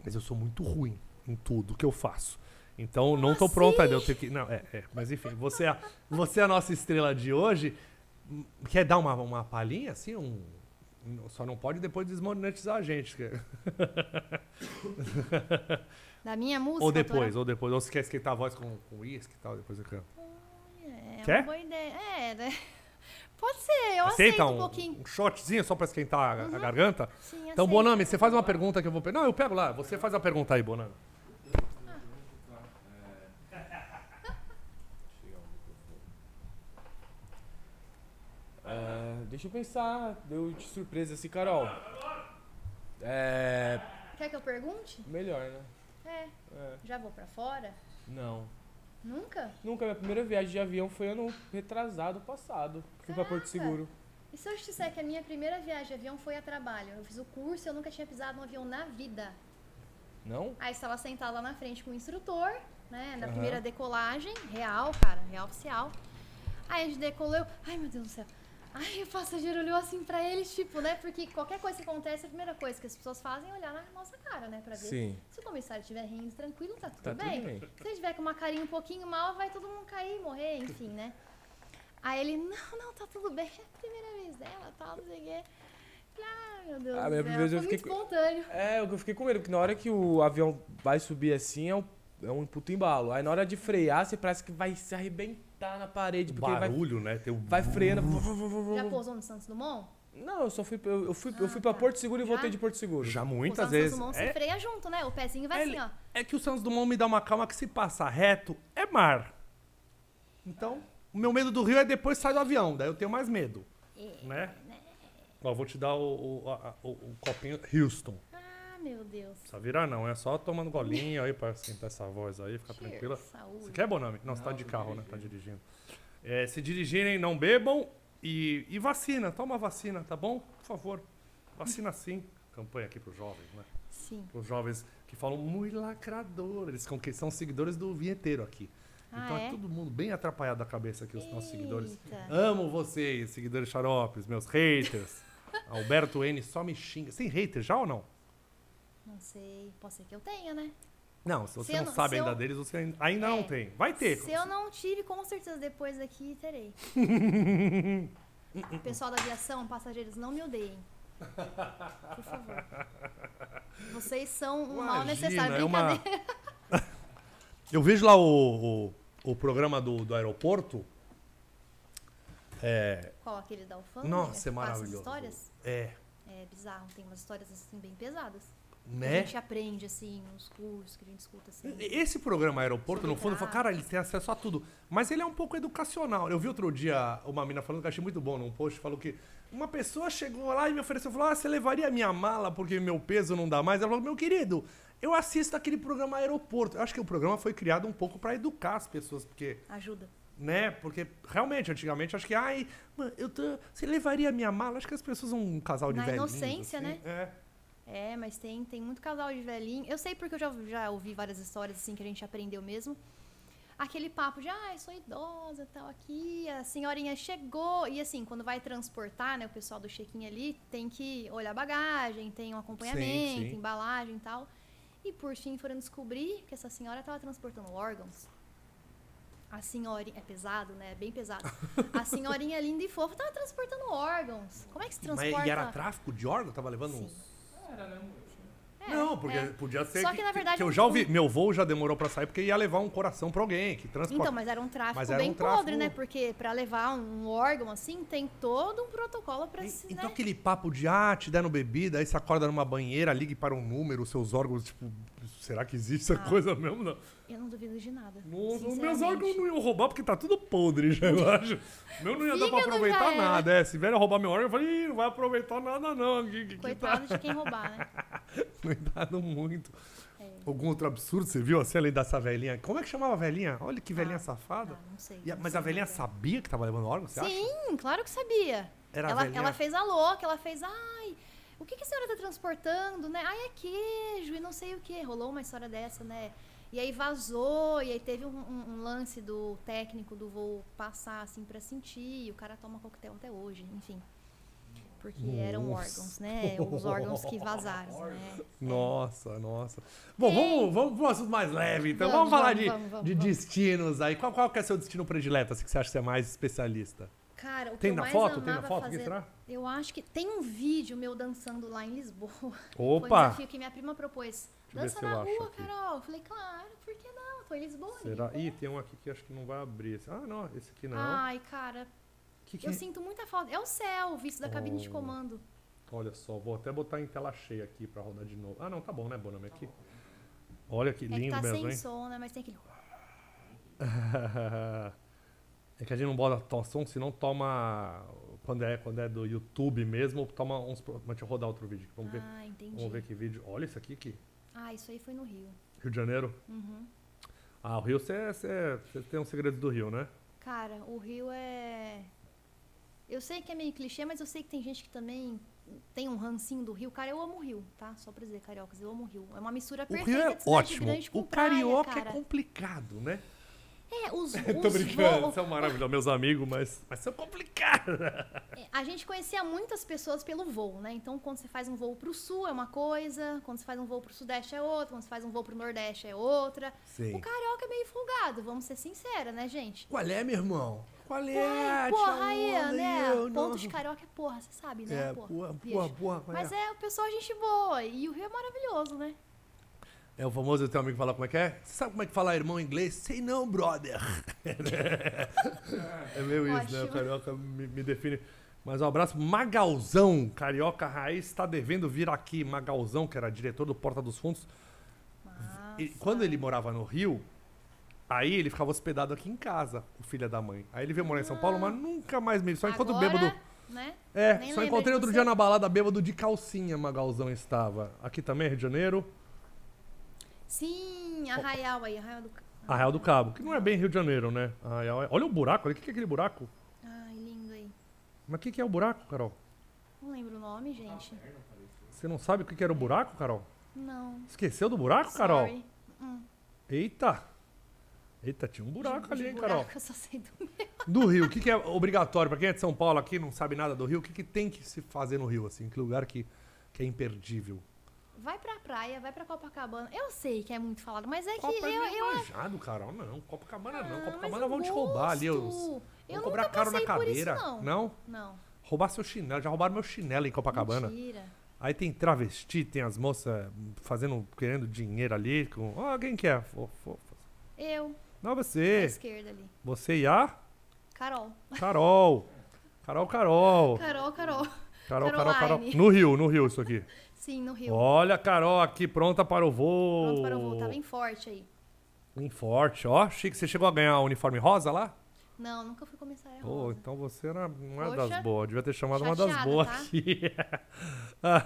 mas eu sou muito ruim em tudo que eu faço. Então não tô assim? pronto ainda. Eu tenho que. Não, é, é. Mas enfim, você é, a- você é a nossa estrela de hoje. Hum, Quer dar uma, uma palhinha assim? Um... um- Só não pode depois desmonetizar a gente. que- Da minha música. ou depois, autoral. ou depois. Ou se quer esquentar a voz com, com uísque e tal, depois eu canto. É Quer? uma boa ideia. É, né? [laughs] Pode ser, eu aceito Aceita um, um, pouquinho. um shotzinho só pra esquentar a, a garganta? Sim, Então, aceito. tá Bonami, você faz uma pergunta que eu vou pegar. Não, eu pego lá. Você faz a pergunta aí, Bonami. É, deixa eu pensar, deu de surpresa assim, Carol. É. Quer que eu pergunte? Melhor, né? É. É. Já vou pra fora? Não. Nunca? Nunca, minha primeira viagem de avião foi ano retrasado passado. Fui pra Porto Caraca. Seguro. E se eu te disser que a minha primeira viagem de avião foi a trabalho? Eu fiz o curso e eu nunca tinha pisado num avião na vida. Não? Aí estava sentada lá na frente com o instrutor, né? Na Aham. primeira decolagem, real, cara, real oficial. Aí a gente decolou, eu, ai meu Deus do céu. Aí o passageiro olhou assim pra eles, tipo, né? Porque qualquer coisa que acontece, a primeira coisa que as pessoas fazem é olhar na nossa cara, né? Pra ver Sim. se o comissário estiver rindo tranquilo, tá tudo Tá tudo bem. bem. Se ele estiver com uma carinha um pouquinho mal, vai todo mundo cair, morrer, enfim, né? Aí ele, não, não, tá tudo bem, é a primeira vez dela, tal, não sei o quê. Falei, Ah, meu Deus Ah, do céu, minha primeira vez foi eu muito fiquei com- espontâneo. É, eu fiquei com medo, porque na hora que o avião vai subir assim, é um, é um puto embalo. Aí na hora de frear, você parece que vai se arrebentar na parede, porque ele vai, Barulho, né? Tem um... vai freando. Hum. Já pousou no Santos Dumont? Não, eu só fui. Eu, eu fui, eu Ah, fui pra tá. Porto Seguro e Já? voltei de Porto Seguro. Já Pousar muitas no vezes. Santos Dumont, É- você freia junto, né? O pezinho vai É, assim, ó. É que o Santos Dumont me dá uma calma que se passa reto, é mar. Então, o meu medo do rio é depois sair do avião, daí eu tenho mais medo. Né? Ó, vou te dar o, o- a- a- o- o copinho Houston. Ah, meu Deus. Só virar não, é só tomando golinho aí pra sentar essa voz aí, ficar Cheers, tranquila. saúde. Você quer, Bonami? Não, você tá de carro, né? Tá dirigindo. É, se dirigirem, não bebam e, e vacina, toma vacina, tá bom? Por favor, vacina sim. Campanha aqui pros jovens, né? Sim. os jovens que falam muito lacrador. Eles são, que são seguidores do vinheteiro aqui. Ah, então é? é? todo mundo bem atrapalhado da cabeça aqui, os nossos seguidores. Eita. Amo vocês, seguidores xaropes, meus [laughs] haters. Alberto N só me xinga. Você tem hater já ou não? Não sei. Pode ser que eu tenha, né? Não, se você eu não, não- sabe se eu- ainda deles, você ainda- ainda não É. tem. Vai ter. Se eu não tive, com certeza depois daqui [laughs] terei. Pessoal da aviação, passageiros, não me odeiem. Por favor. Vocês são um mal Imagina, necessário. é uma- Brincadeira. [laughs] Eu vejo lá o, o, o programa do, do aeroporto. É, Qual? Aquele da alfândega? nossa, é que passa as maravilhoso. histórias? É, É bizarro. Tem umas histórias, assim, bem pesadas. Que a né? gente aprende, assim, nos cursos que a gente escuta, assim. Esse programa Aeroporto, Sobre no fundo, eu falo, carro. cara, ele tem acesso a tudo. Mas ele é um pouco educacional. Eu vi outro dia uma mina falando que eu achei muito bom num post, falou que uma pessoa chegou lá e me ofereceu, falou, ah, você levaria a minha mala porque meu peso não dá mais? Ela falou, meu querido, eu assisto aquele programa Aeroporto. Eu acho que o programa foi criado um pouco pra educar as pessoas, porque Ajuda. né? Porque realmente, antigamente, acho que, ai, mano, eu tô. Você levaria a minha mala? Acho que as pessoas são um casal de Na velhinhos, inocência, assim. né? É. É, mas tem, tem muito casal de velhinho. Eu sei porque eu já, já ouvi várias histórias assim que a gente aprendeu mesmo. aquele papo de, ah, eu sou idosa, tal, aqui, a senhorinha chegou. E assim, quando vai transportar, né, o pessoal do check-in ali tem que olhar a bagagem, tem um acompanhamento, sim. embalagem e tal. E por fim foram descobrir que essa senhora estava transportando órgãos. A senhorinha. É pesado, né? É bem pesado. A senhorinha linda e fofa tava transportando órgãos. Como é que se Mas, transporta? e era tráfico de órgão? Tava levando Sim. uns. um- É, não, porque é. podia ser. Só que, na verdade, eu um- já ouvi. Meu voo já demorou pra sair porque ia levar um coração pra alguém que transporta. Então, mas era um tráfico Mas era bem um tráfico- podre, né? Porque pra levar um órgão assim, tem todo um protocolo pra E- se, Então né? aquele papo de ah, te deram bebida, aí você acorda numa banheira, ligue para um número, seus órgãos, tipo, será que existe essa coisa mesmo? Não. Eu não duvido de nada. Não, não, meus Ah. sinceramente. órgãos não iam roubar porque tá tudo podre já, eu acho. O Meu não ia dar pra Fígado já aproveitar era. nada. É, se vier a roubar meu órgão, eu falei, Ih, não vai aproveitar nada não. Que, que, que tá Coitado de quem roubar, né? [laughs] cuidado muito. É. Algum outro absurdo, você viu assim, além dessa velhinha? Como é que chamava a velhinha? Olha que velhinha Ah, safada. Ah, não sei. E a- não mas sei a velhinha lembrar. sabia que tava levando órgão, você acha? Sim, claro que sabia. Era a ela, velhinha- ela fez a louca, ela fez, ai, o que, que a senhora tá transportando, né? Ai, é queijo e não sei o que. Rolou uma história dessa, né? E aí vazou, e aí teve um, um- um lance do técnico do voo passar, assim, pra sentir. E o cara toma coquetel até hoje, enfim. Porque eram Nossa. órgãos, né? Os órgãos que vazaram, [laughs] né? Nossa, nossa. Bom, vamos, vamos pro assunto mais leve, então. Vamos, Vamos, falar vamos, de, vamos, vamos, de vamos. destinos aí. Qual, qual que é seu destino predileto, assim, que você acha que você é mais especialista? Cara, o Tem que eu na mais foto? Tem amava na foto? Aqui fazer... atrás? Eu acho que tem um vídeo meu dançando lá em Lisboa. [laughs] Foi um Opa! desafio que minha prima propôs. eu ver Dança se eu na acho rua, aqui. Carol. Eu falei, claro, por que não? Tô em Lisboa. Será? ninguém Ih, conhece. tem um aqui que acho que não vai abrir. Esse- Ah, não, esse aqui não. Ai, cara, Que que- eu sinto muita falta. É o céu, visto da cabine de Oh. comando. Olha só, vou até botar em tela cheia aqui pra rodar de novo. Ah, não, tá bom, né, Bonami? Aqui. Olha que é que lindo tá mesmo, sem hein? som, né? Mas tem aquele. [laughs] é que a gente não bota to- som, senão toma. Quando é, quando é do YouTube mesmo, toma uns. pro- Mas deixa eu rodar outro vídeo aqui, vamos ver. Ah, entendi. Vamos ver que vídeo. Olha isso aqui, que Ah, isso aí foi no Rio. Rio de Janeiro. Uhum. Ah, o Rio, você você tem um segredo do Rio, né? Cara, o Rio é. Eu sei que é meio clichê, mas eu sei que tem gente que também tem um rancinho do Rio. Cara, eu amo o Rio, tá? Só pra dizer, cariocas, eu amo o Rio. É uma mistura perfeita de cidade grande com O praia, carioca cara. é complicado, né? É, os, [laughs] Tô os brincando, voos- são maravilhosos, meus amigos, mas, mas são complicados. né? É, A gente conhecia muitas pessoas pelo voo, né? Então, quando você faz um voo pro sul é uma coisa, quando você faz um voo pro sudeste é outra, quando você faz um voo pro nordeste é outra. O carioca é meio folgado, vamos ser sincera, né, gente? Qual é, meu irmão? Qual É, é? porra aí, né? Ponto de carioca é porra, você sabe, né? É, Pô, porra, bicho. porra, porra, qual Mas é? é, o pessoal é gente boa, e o Rio é maravilhoso, né? É o famoso, eu tenho um amigo que fala como é que é? Você sabe como é que fala irmão em inglês? Sei não, [laughs] brother. é meio isso, né? O Ótimo. carioca me, me define. Mas um abraço. pro Magalzão, carioca raiz, está devendo vir aqui. Magalzão, que era diretor do Porta dos Fundos. E quando ele morava no Rio, aí ele ficava hospedado aqui em casa, o filho da mãe. Aí ele veio morar em São Paulo, mas nunca mais me viu. Só enquanto Ah. Agora, bêbado. Né? É, Nem só lembro encontrei de outro você. dia na balada bêbado de calcinha, Magalzão estava. Aqui também, Rio de Janeiro. Sim, Arraial aí, Arraial do... Ca- Arraial do Cabo, que não é bem Rio de Janeiro, né? Arraial é- Olha o buraco ali, o que que é aquele buraco? Ai, lindo aí. Mas o que que é o buraco, Carol? Não lembro o nome, gente. Você não sabe o que que era o buraco, Carol? Não. Esqueceu do buraco, Carol? Sorry. Hum. Eita! Eita, tinha um buraco De- de ali, hein, buraco, Carol? Eu só sei do Do Rio, o que que é obrigatório? Pra quem é de São Paulo aqui não sabe nada do Rio, o que que tem que se fazer no Rio, assim? Que lugar que, que é imperdível? Vai pra praia, vai pra Copacabana. Eu sei que é muito falado, mas é que Copa eu. é eu... manjado, Carol. Não, Copacabana não. Ah, mas Copacabana eu vão te roubar ali. gosto. Os... Eu vão cobrar nunca caro na passei por isso, cadeira. não. não? Não. Roubar seu chinelo. Já roubaram meu chinelo em Copacabana. Mentira. Aí tem travesti, tem as moças fazendo, querendo dinheiro ali. Com... Ah, quem que é? Fo- fo- fo- Eu, Não, à você. esquerda ali. Você e a Carol. Carol. Carol, Carol. Carol, Carol. [laughs] Carol, Carol, Carol. Caroline. No Rio, no Rio isso aqui. Sim, no Rio. Olha a Carol aqui, pronta para o voo. Pronto para o voo. Tá bem forte aí. Bem forte, ó. Chique, você chegou a ganhar o uniforme rosa lá? Não, nunca fui começar a Pô, É rosa. então você era uma Poxa, das boas. Devia ter chamado uma das chateada, boas tá? aqui. Ah,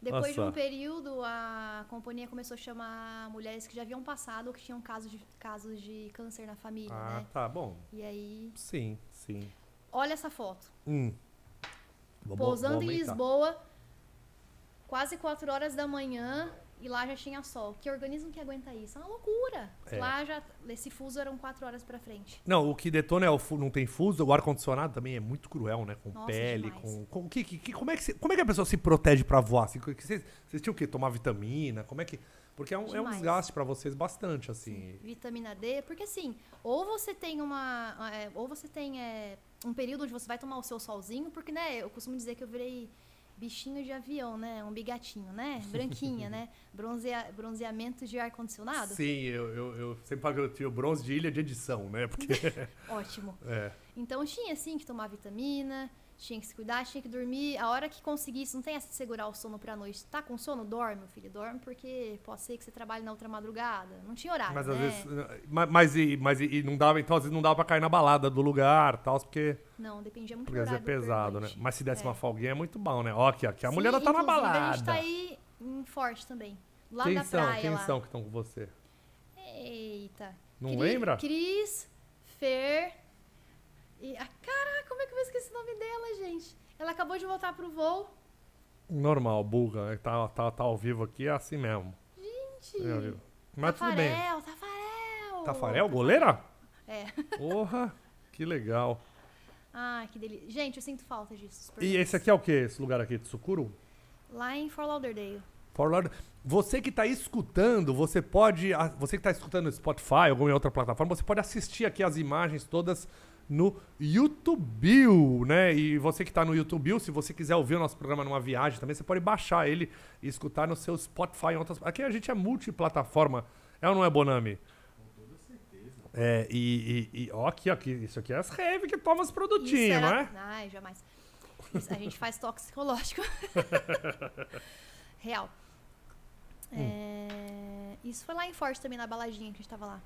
Depois de nossa. um período, a companhia começou a chamar mulheres que já haviam passado ou que tinham casos de, casos de câncer na família, né? tá bom. E aí, Sim, sim. olha essa foto. Hum. Vou bo- Pousando vou em aumentar. Lisboa, quase 4 horas da manhã, E lá já tinha sol. Que organismo que aguenta isso? É uma loucura. É. Lá já. Esse fuso eram quatro horas pra frente. Não, o que detona é o fu- não tem fuso, o ar-condicionado também é muito cruel, né? Com Nossa, pele, demais. com. com- que, que- que- como, é que se- como é que a pessoa se protege pra voar? Assim, que- que vocês, vocês tinham que tomar vitamina? Como é que. Porque é um, é um Demais. desgaste pra vocês bastante, assim. Vitamina D, porque assim, ou você tem uma. é, ou você tem é, um período onde você vai tomar o seu solzinho, porque, né, eu costumo dizer que eu virei bichinho de avião, né? Um bigatinho, né? [laughs] Branquinha, né? Bronzea, bronzeamento de ar-condicionado. Sim, eu, eu, eu sempre falo que eu tinha o bronze de ilha de edição, né? [laughs] Porque. [laughs] Ótimo. é. Então tinha sim que tomar vitamina, tinha que se cuidar, tinha que dormir. A hora que conseguisse, não tem essa de segurar o sono pra noite. Tá com sono? Dorme, meu filho, dorme, porque pode ser que você trabalhe na outra madrugada. Não tinha horário. Mas né? às vezes. Mas, mas, e, mas e, e não dava, então, às vezes não dava pra cair na balada do lugar tal, porque, Não, dependia muito porque do às horário. vezes é do pesado, né? pernoite. Mas se desse É. uma folguinha é muito bom, né? Ó, aqui, aqui. A Sim, mulher ela tá na inclusive, balada. A gente tá aí em Forte também. Lá quem da são? praia. quem lá. são que estão com você? Eita. Não Cri- lembra? Cris, Fer. E, ah, caraca, como é que eu esqueci o nome dela, gente? Ela acabou de voltar pro voo. Normal, buga. Tá, tá, tá ao vivo aqui, é assim mesmo. Gente. É ao vivo. Mas tudo bem. Tafarel, Tafarel. Tafarel, goleira? É. Porra, que legal. Ah, que delícia. Gente, eu sinto falta disso. super E feliz. esse aqui é o que? Esse lugar aqui de Sucuru? Lá em Fort Lauderdale. For Lord- Você que tá escutando, você pode. a- Você que tá escutando no Spotify ou alguma outra plataforma, você pode assistir aqui as imagens todas no YouTube, né? E você que tá no YouTube, se você quiser ouvir o nosso programa numa viagem também, você pode baixar ele e escutar no seu Spotify. em Outras... Aqui a gente é multiplataforma. É ou não é, Bonami? Com toda certeza. É, e, e, e ó, aqui, ó, aqui, isso aqui é as rave que toma os Isso produtinhos, era- não é? Ai, jamais. Isso, a gente [laughs] faz toxicológico. Real. Hum. É, Isso foi lá em Forte também, na baladinha que a gente tava lá.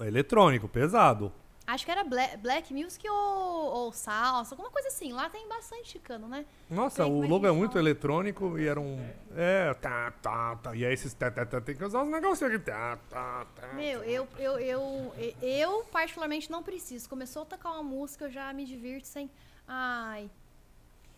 Eletrônico, pesado. Acho que era Black, Black Music ou, ou Salsa, alguma coisa assim. Lá tem bastante chicano, né? Nossa, Tem o mais logo é gente muito falando. eletrônico e era um. É, tá, tá, tá. E aí esses tá, tá, tá, tem que usar os negocinhos aqui. Tá, tá, tá. Meu, eu, eu, eu, eu particularmente não preciso. Começou a tocar uma música, eu já me divirto sem... Ai,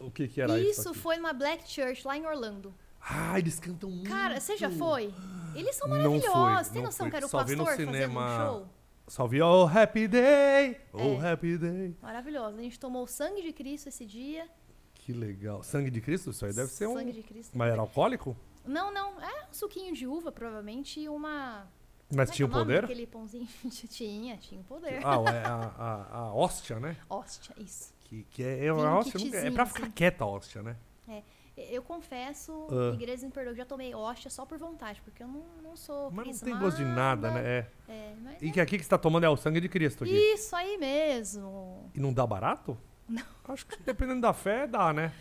O que que era isso? isso aqui? foi numa Black Church lá em Orlando. Ah, eles cantam muito. Cara, você já foi? Eles são Não maravilhosos. fui, Tem não noção fui. que era o Só vi no pastor fazendo um cinema. show? Só vi Oh Happy Day! Oh É. Happy Day! Maravilhoso. A gente tomou o sangue de Cristo esse dia. Que legal. Sangue de Cristo? Isso aí deve ser um. Sangue de Cristo. Mas era alcoólico? Não, não. É um suquinho de uva, provavelmente, e uma. Mas Como é que é tinha o nome poder? Aquele pãozinho. [laughs] tinha, tinha o poder. Ah, é a, a, a hóstia, né? Hóstia, isso. Que, que é, é, Tem um a hóstia nunca- é pra kitzinho, ficar assim. quieta a hóstia, né? E- Eu confesso, Ah. igreja me perdoou, que já tomei hóstia só por vontade, porque eu não, não sou. Mas não tem gosto de nada, né? É. É, mas E que aqui que você tá tomando é o sangue de Cristo aqui. Isso aí mesmo. E não dá barato? Não. Acho que dependendo da fé, dá, né?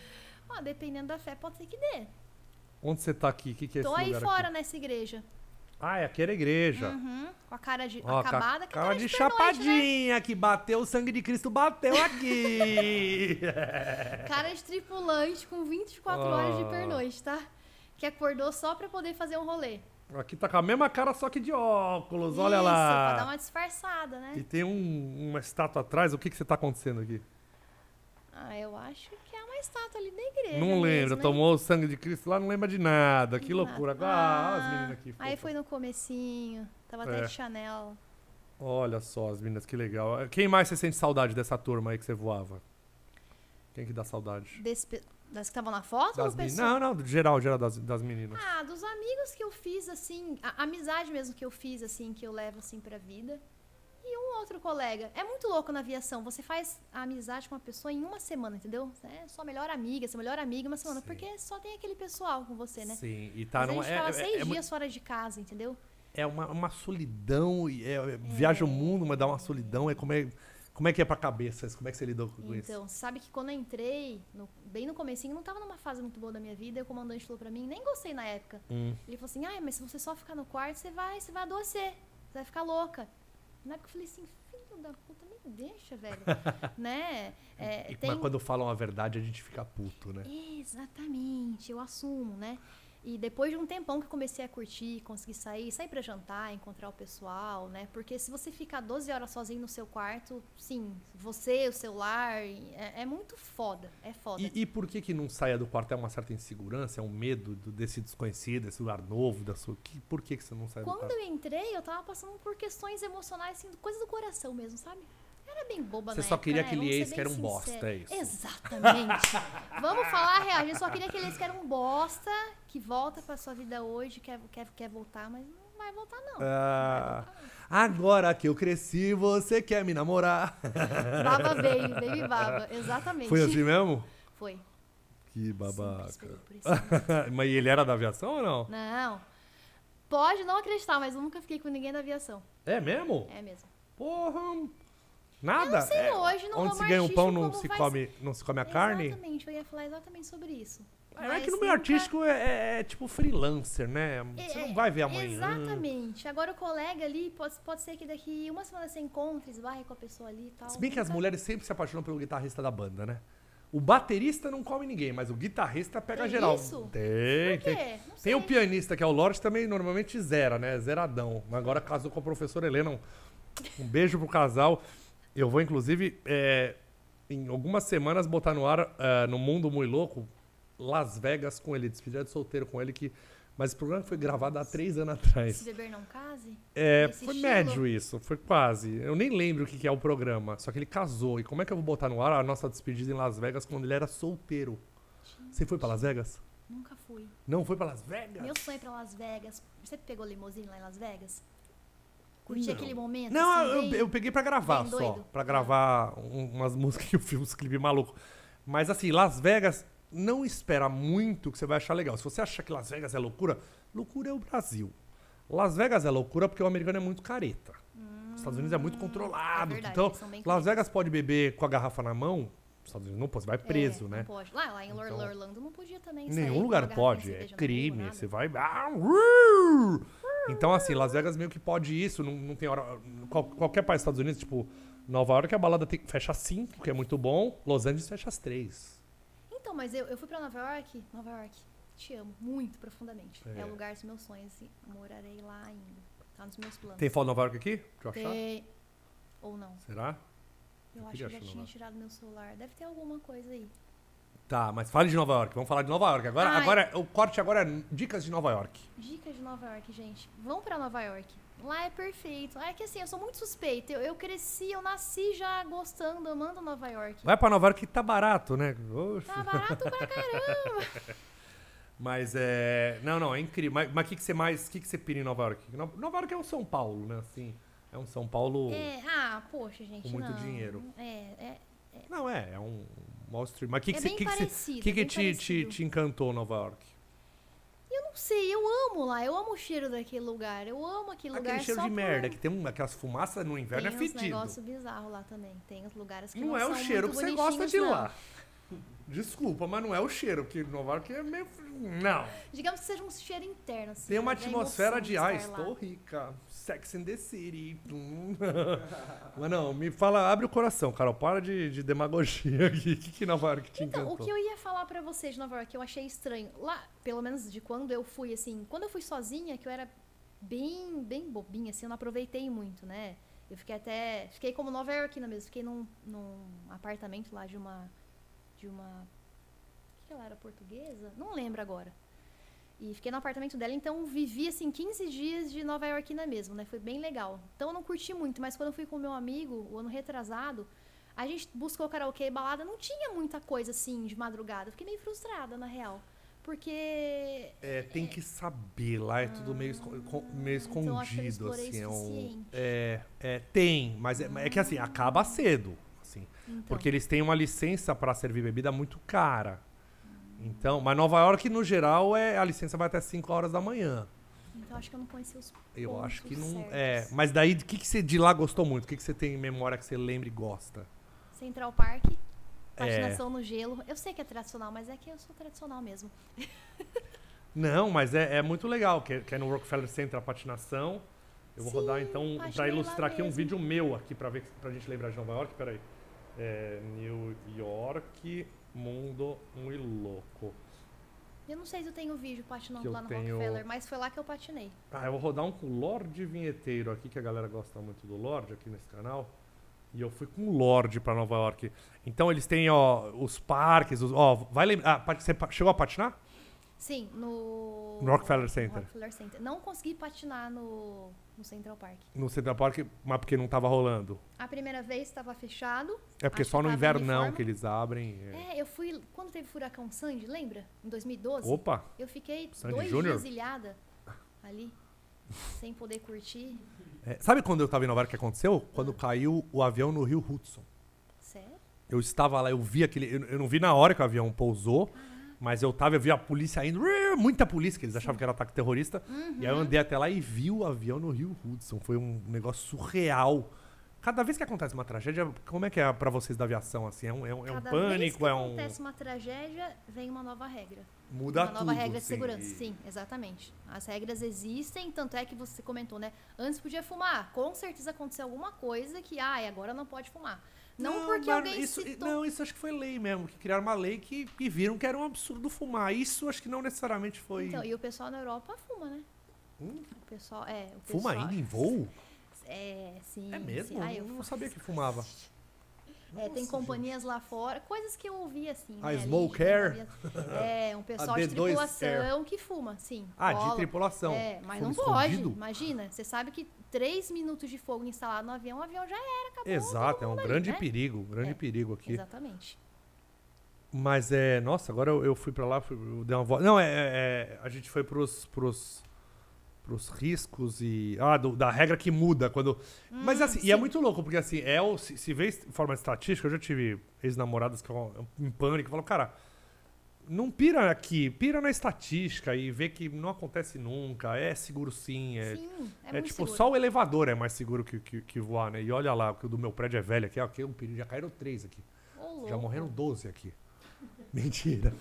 Ó, dependendo da fé, pode ser que dê. Onde você tá aqui? O que, que é Tô esse aí lugar fora aqui? nessa igreja. Ah, é aqui era a igreja. Uhum, com a cara de Ó, ca- acabada, com a cara, de pernoite, né? chapadinha que bateu, o sangue de Cristo bateu aqui. [laughs] É. Cara de tripulante com 24 horas de Ah. pernoite, tá? Que acordou só pra poder fazer um rolê. aqui tá com a mesma cara, só que de óculos, olha Isso, lá. pra dar uma disfarçada, né? E tem um- uma estátua atrás, o que que você tá acontecendo aqui? Ah, eu acho que é uma estátua ali da igreja. não lembra, mesmo, hein? tomou o sangue de Cristo lá, não lembra de nada, que Nada. loucura. Ah, olha as meninas aqui. Aí fofas. foi no comecinho, tava até É. de Chanel. Olha só as meninas, que legal. Quem mais você sente saudade dessa turma aí que você voava? Quem que dá saudade? Desse pe- das que estavam na foto Das ou meninas. Não, pessoal? não, do geral, geral das, das meninas. Ah, dos amigos que eu fiz, assim, a a amizade mesmo que eu fiz, assim, que eu levo, assim, pra vida. E um outro colega. É muito louco na aviação. Você faz a amizade com uma pessoa em uma semana, entendeu? É sua melhor amiga, seu melhor amigo em uma semana. Sim. Porque só tem aquele pessoal com você, né? Sim, e tá Mas a numa. gente É, ficava é- seis é mu- dias fora de casa, entendeu? é uma, uma solidão, e é- é- viaja o mundo, mas dá uma solidão. É como, é como é que é pra cabeça? isso? Como é que você lidou com isso? Então, sabe que quando eu entrei, no- bem no comecinho, não tava numa fase muito boa da minha vida, e o comandante falou pra mim, nem gostei na época. Hum. Ele falou assim, ai, mas se você só ficar no quarto, você vai, você vai adoecer, você vai ficar louca. Na época eu falei assim, filho da puta, me [laughs] deixa, velho. né? É, E- tem- Mas quando falam a verdade, a gente fica puto, né? Exatamente, eu assumo, né? E depois de um tempão que eu comecei a curtir, conseguir sair, sair pra jantar, encontrar o pessoal, né? Porque se você ficar 12 horas sozinho no seu quarto, sim, você, o celular, é, é muito foda. É foda. E, e por que que não saia do quarto? É uma certa insegurança? É um medo do- desse desconhecido, desse lugar novo? Da sua... que- por que que você não sai do Quando quarto? eu entrei, eu tava passando por questões emocionais, assim, coisa do coração mesmo, sabe? Era bem boba Você na só época, queria né? aquele Vamos ser ex que bem era um bosta, sinceros. é isso. Exatamente. [laughs] Vamos falar a real, a gente só queria aquele ex que era um bosta, que volta pra sua vida hoje, quer, quer, quer voltar, mas não vai voltar [laughs] não. Ah, agora que eu cresci, você quer me namorar? Baba veio, baby baba, exatamente. Foi assim mesmo? Foi. Que Sempre babaca. esperei por isso. Mas ele era da aviação ou não? Não. Pode não acreditar, mas eu nunca fiquei com ninguém da aviação. É mesmo? É mesmo. Porra. Nada. Eu não sei É, hoje, no Onde ramo se ganha um artístico, pão não como se, vai come, não se come a carne? Exatamente, eu ia falar exatamente sobre isso. É que Mas um no meio nunca- artístico é, é- é tipo freelancer, né? Você É, não vai ver amanhã. Exatamente. Agora o colega ali, pode, pode ser que daqui uma semana você encontre, esbarre com a pessoa ali e tal. um Se bem que as Nunca- mulheres sempre se apaixonam pelo guitarrista da banda, né? O baterista não come ninguém, mas o guitarrista pega Tem geral. É isso? Tem, Por tem. quê? Não Tem o sei. pianista, que é o Lorde, também normalmente zera, né? Zeradão. Mas Agora casou com a professora Helena. Um, um beijo pro casal. Eu vou, inclusive, é, em algumas semanas botar no ar, é, no Mundo Muito Louco, Las Vegas com ele, despedida de solteiro com ele, que... Mas o programa foi gravado há três anos Se atrás. beber não case? É, Esse foi estilo? médio isso, foi quase. Eu nem lembro o que, que é o programa, só que ele casou. E como é que eu vou botar no ar a nossa despedida em Las Vegas quando ele era solteiro? Você foi pra Las Vegas? Nunca fui. Não foi pra Las Vegas? Meu sonho é pra Las Vegas. Você pegou limusine lá em Las Vegas? Curti Não. aquele momento? Não, assim, eu, bem- eu peguei pra gravar bem só. doido. Pra gravar um- umas músicas que eu fiz, uns clipes malucos. Mas assim, Las Vegas, não espera muito que você vai achar legal. Se você achar que Las Vegas é loucura, loucura é o Brasil. Las Vegas é loucura porque o americano é muito careta. Os Estados Unidos é muito controlado. é verdade, então, eles são bem Las caretas. Vegas pode beber com a garrafa na mão. Os Estados Unidos não pode, você vai É, preso, não né? pode. Lá, lá em Orla- Então- Orlando não podia também. Em sair com nenhum uma lugar garrafa de um pode, é cerveja na rua, crime. nada. Você vai. Ah, uau. Então, assim, Las Vegas meio que pode isso, não, não tem hora. qual- qualquer país dos Estados Unidos, tipo, Nova York, a balada tem- fecha às 5, que é muito bom. Los Angeles fecha às 3. Então, mas eu, eu fui pra Nova York. Nova York, te amo muito profundamente. É, o lugar dos meus sonhos e morarei lá ainda. Tá nos meus planos. Tem foto de Nova York aqui? Deixa eu achar. Tem- Ou não. Será? Eu, Eu acho que queria eu já achar tinha Nova York. tirado meu celular. Deve ter alguma coisa aí. Tá, mas fale de Nova York. Vamos falar de Nova York. Agora, Ai. agora o corte agora é dicas de Nova York. Dicas de Nova York, gente. Vão pra Nova York. Lá é perfeito. É que assim, eu sou muito suspeita. Eu, eu cresci, eu nasci já gostando, amando Nova York. Vai pra Nova York que tá barato, né? Oxe. Tá barato [laughs] pra caramba. Mas é. Não, não, é incrível. Mas o que, que você mais. O que, que você pira em Nova York? No- Nova York é um São Paulo, né? Assim. É um São Paulo. É, ah, poxa, gente. Com muito não. dinheiro. É, é. Não, é, é um Wall Street. Mas o que, É que, você- bem que, que, você- parecido, que, que bem te, te, parecido. te encantou Nova York? Eu não sei, eu amo lá. Eu amo o cheiro daquele lugar. Eu amo aquele, lugar é Aquele cheiro só de merda, por... que tem um, aquelas fumaças no Tem inverno é uns fedido. negócios bizarros lá também. Tem os lugares que Não, não, é o são cheiro que muito você gosta de bonitinhos, não. lá. Desculpa, mas não é o cheiro, porque Nova York é meio. Não. Digamos que seja um cheiro interno. Assim, Tem uma da atmosfera emoção de ah, estar lá. estou rica. Sex in the City. Hum. [laughs] mas não, me fala, abre o coração, Carol. Para de, de demagogia aqui. [laughs] O que, que Nova York te Então, encantou? o que eu ia falar pra vocês de Nova York, que eu achei estranho, lá, pelo menos de quando eu fui, assim, quando eu fui sozinha, que eu era bem, bem bobinha, assim, eu não aproveitei muito, né? Eu fiquei até, fiquei como Nova Yorkina mesmo, fiquei num, num apartamento lá de uma, de uma, o que que ela era, portuguesa? Não lembro agora. E fiquei no apartamento dela, então vivi, assim, 15 dias de Nova Yorkina mesmo, né? Foi bem legal. Então eu não curti muito, mas quando eu fui com o meu amigo, o ano retrasado, a gente buscou karaokê e balada, não tinha muita coisa assim de madrugada. Eu Fiquei meio frustrada, na real. Porque. É, tem que saber, lá é tudo meio, esco- co- meio então eu acho que eu não escondido, explorei assim. É, o um, suficiente. é, é, tem, mas é, é que Ah. assim, acaba cedo, assim. Então. Porque eles têm uma licença pra servir bebida muito cara. Ah. Então, mas Nova York, no geral, é a licença vai até 5 horas da manhã. Então acho que eu não conheci os. Eu pontos acho que não. certos. É, mas daí, o que, que você de lá gostou muito? O que, que você tem em memória que você lembra e gosta? Central Park, É. patinação no gelo. Eu sei que é tradicional, mas é que eu sou tradicional mesmo. Não, mas é, é muito legal, que, é- que é no Rockefeller Center a patinação. Eu vou Sim, rodar então para patinei lá ilustrar aqui um mesmo. vídeo meu aqui para ver pra gente lembrar de Nova York, peraí. É, New York, mundo muito um louco. Eu não sei se eu tenho vídeo patinando Que eu lá no tenho- Rockefeller, mas foi lá que eu patinei. Ah, eu vou rodar um com o Lorde Vinheteiro aqui, que a galera gosta muito do Lorde aqui nesse canal. E eu fui com o Lorde pra Nova York. Então eles têm, ó, os parques, os- ó, vai lembrar. Ah, pat- você pa- chegou a patinar? Sim, no. No Rockefeller Center. Rockefeller Center. Não consegui patinar no, no Central Park. No Central Park, mas porque não tava rolando. A primeira vez estava fechado. É porque Acho só que no tava inverno não uniforme. que eles abrem. é. É, eu fui. Quando teve Furacão Sandy, lembra? Em 2012? Opa! Eu fiquei Sandy dois Júnior? dias ilhada ali, sem poder curtir. É, sabe quando eu tava em Nova York que aconteceu? Ah. Quando caiu o avião no Rio Hudson. Sério? Eu estava lá, eu vi aquele. Eu, eu não vi na hora que o avião Ah. pousou, mas eu tava, eu vi a polícia indo, "Ruah", muita polícia, que eles achavam que era ataque terrorista. Uhum. E é um aí eu andei até lá e vi o avião no Rio Hudson. Foi um negócio surreal. Cada vez que acontece uma tragédia, como é que é pra vocês da aviação? assim? É um, é um- é um Cada vez pânico, que é um. acontece uma tragédia, vem uma nova regra. Muda uma tudo. nova regra de assim, segurança. e- Sim, exatamente. As regras existem, tanto é que você comentou, né? Antes podia fumar. Com certeza aconteceu alguma coisa que, ai, agora não pode fumar. Não, porque mas alguém isso, citou. Não, isso acho que foi lei mesmo, que criaram uma lei que, que viram que era um absurdo fumar. Isso acho que não necessariamente foi. Então, e o pessoal na Europa fuma, né? Hum? O pessoal, é, o Fuma pessoal- ainda em voo? É, sim. É mesmo? Sim. Ah, eu eu não faço. sabia que fumava. É, tem Nossa, companhias lá fora, coisas que eu ouvi assim. A né, ali, Smoke tipo, Air? na via- É, um pessoal de D2 tripulação que fuma, sim. Ah, de cola. tripulação. É, mas Fuma não pode. escondido? Imagina, você sabe que três minutos de fogo instalado no avião, o avião já era, acabou. Exato, todo é um mundo ali, grande né? perigo, um grande É, perigo aqui. Exatamente. Mas é, nossa, agora eu, eu fui pra lá, fui, eu dei uma volta. Não, é, é- é, a gente foi pros, pros, pros riscos e. Ah, do- da regra que muda quando. Hum, Mas assim, e é muito louco, porque assim, é o, se, se vê de forma estatística, eu já tive ex-namoradas que ficam em pânico, falam, cara, não pira aqui, pira na estatística e vê que não acontece nunca, é seguro sim, é Sim, é, É, muito tipo, seguro. só o elevador é mais seguro que, que, que voar, né? E olha lá, que o do meu prédio é velho aqui, ó, que um perigo, já caíram três aqui. Ô, louco. Já morreram 12 [laughs] aqui. Mentira.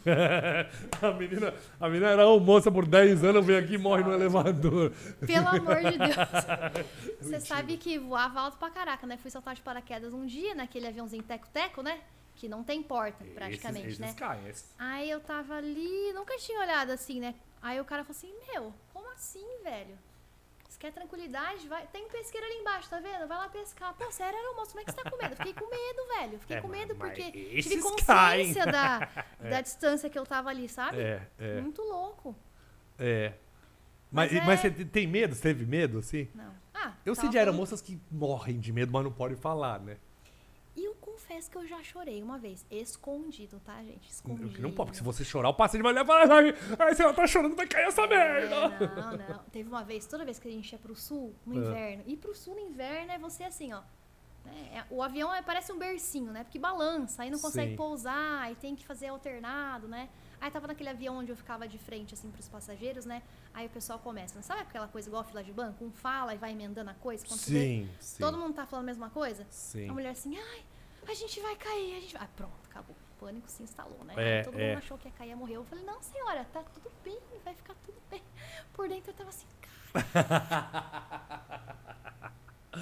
a, menina, a menina era almoça por 10 anos, vem aqui e morre no elevador. Pelo amor de [laughs] Deus. Você sabe que voava alto pra caraca, né? Fui saltar de paraquedas um dia naquele aviãozinho teco-teco, né? Que não tem porta, praticamente, esses, né? esses caem, esses- Aí eu tava ali, nunca tinha olhado assim, né? Aí o cara falou assim: Meu, como assim, velho? Você quer tranquilidade? Vai... Tem um pesqueiro ali embaixo, tá vendo? Vai lá pescar. Pô, sério, era moço, como é que você tá com medo? Fiquei com medo, velho. Fiquei É, com mas- medo mas porque tive esses consciência da, [laughs] da distância que eu tava ali, sabe? É, é, Muito louco. é. Mas, Mas é- mas você tem medo? Você teve medo, assim? Não. Ah, Eu sei tava de falando- aeromoças que morrem de medo, mas não podem falar, né? E eu confesso que eu já chorei uma vez. Escondido, tá, gente? Eu Escondido. que Não pode, porque se você chorar, o paciente vai olhar e falar, ai, ai, você tá chorando, vai cair essa merda. É, não, não. Teve uma vez, toda vez que a gente ia pro sul, no Ah. inverno. E pro sul no inverno é você assim, ó. né, é- o avião é- parece um bercinho, né? Porque balança, aí não consegue Sim. pousar, aí tem que fazer alternado, né? Aí tava naquele avião onde eu ficava de frente, assim, pros passageiros, né? Aí o pessoal começa, né? sabe aquela coisa igual a fila de banco? Um fala e vai emendando a coisa. Quando você vê, Sim, sim. todo mundo tá falando a mesma coisa? Sim. A mulher assim, ai, a gente vai cair, a gente vai. Ah, pronto, acabou. O pânico se instalou, né? É, Aí todo é. mundo achou que ia cair, ia morrer. Eu falei, não, senhora, tá tudo bem, vai ficar tudo bem. Por dentro eu tava assim, cara. [laughs]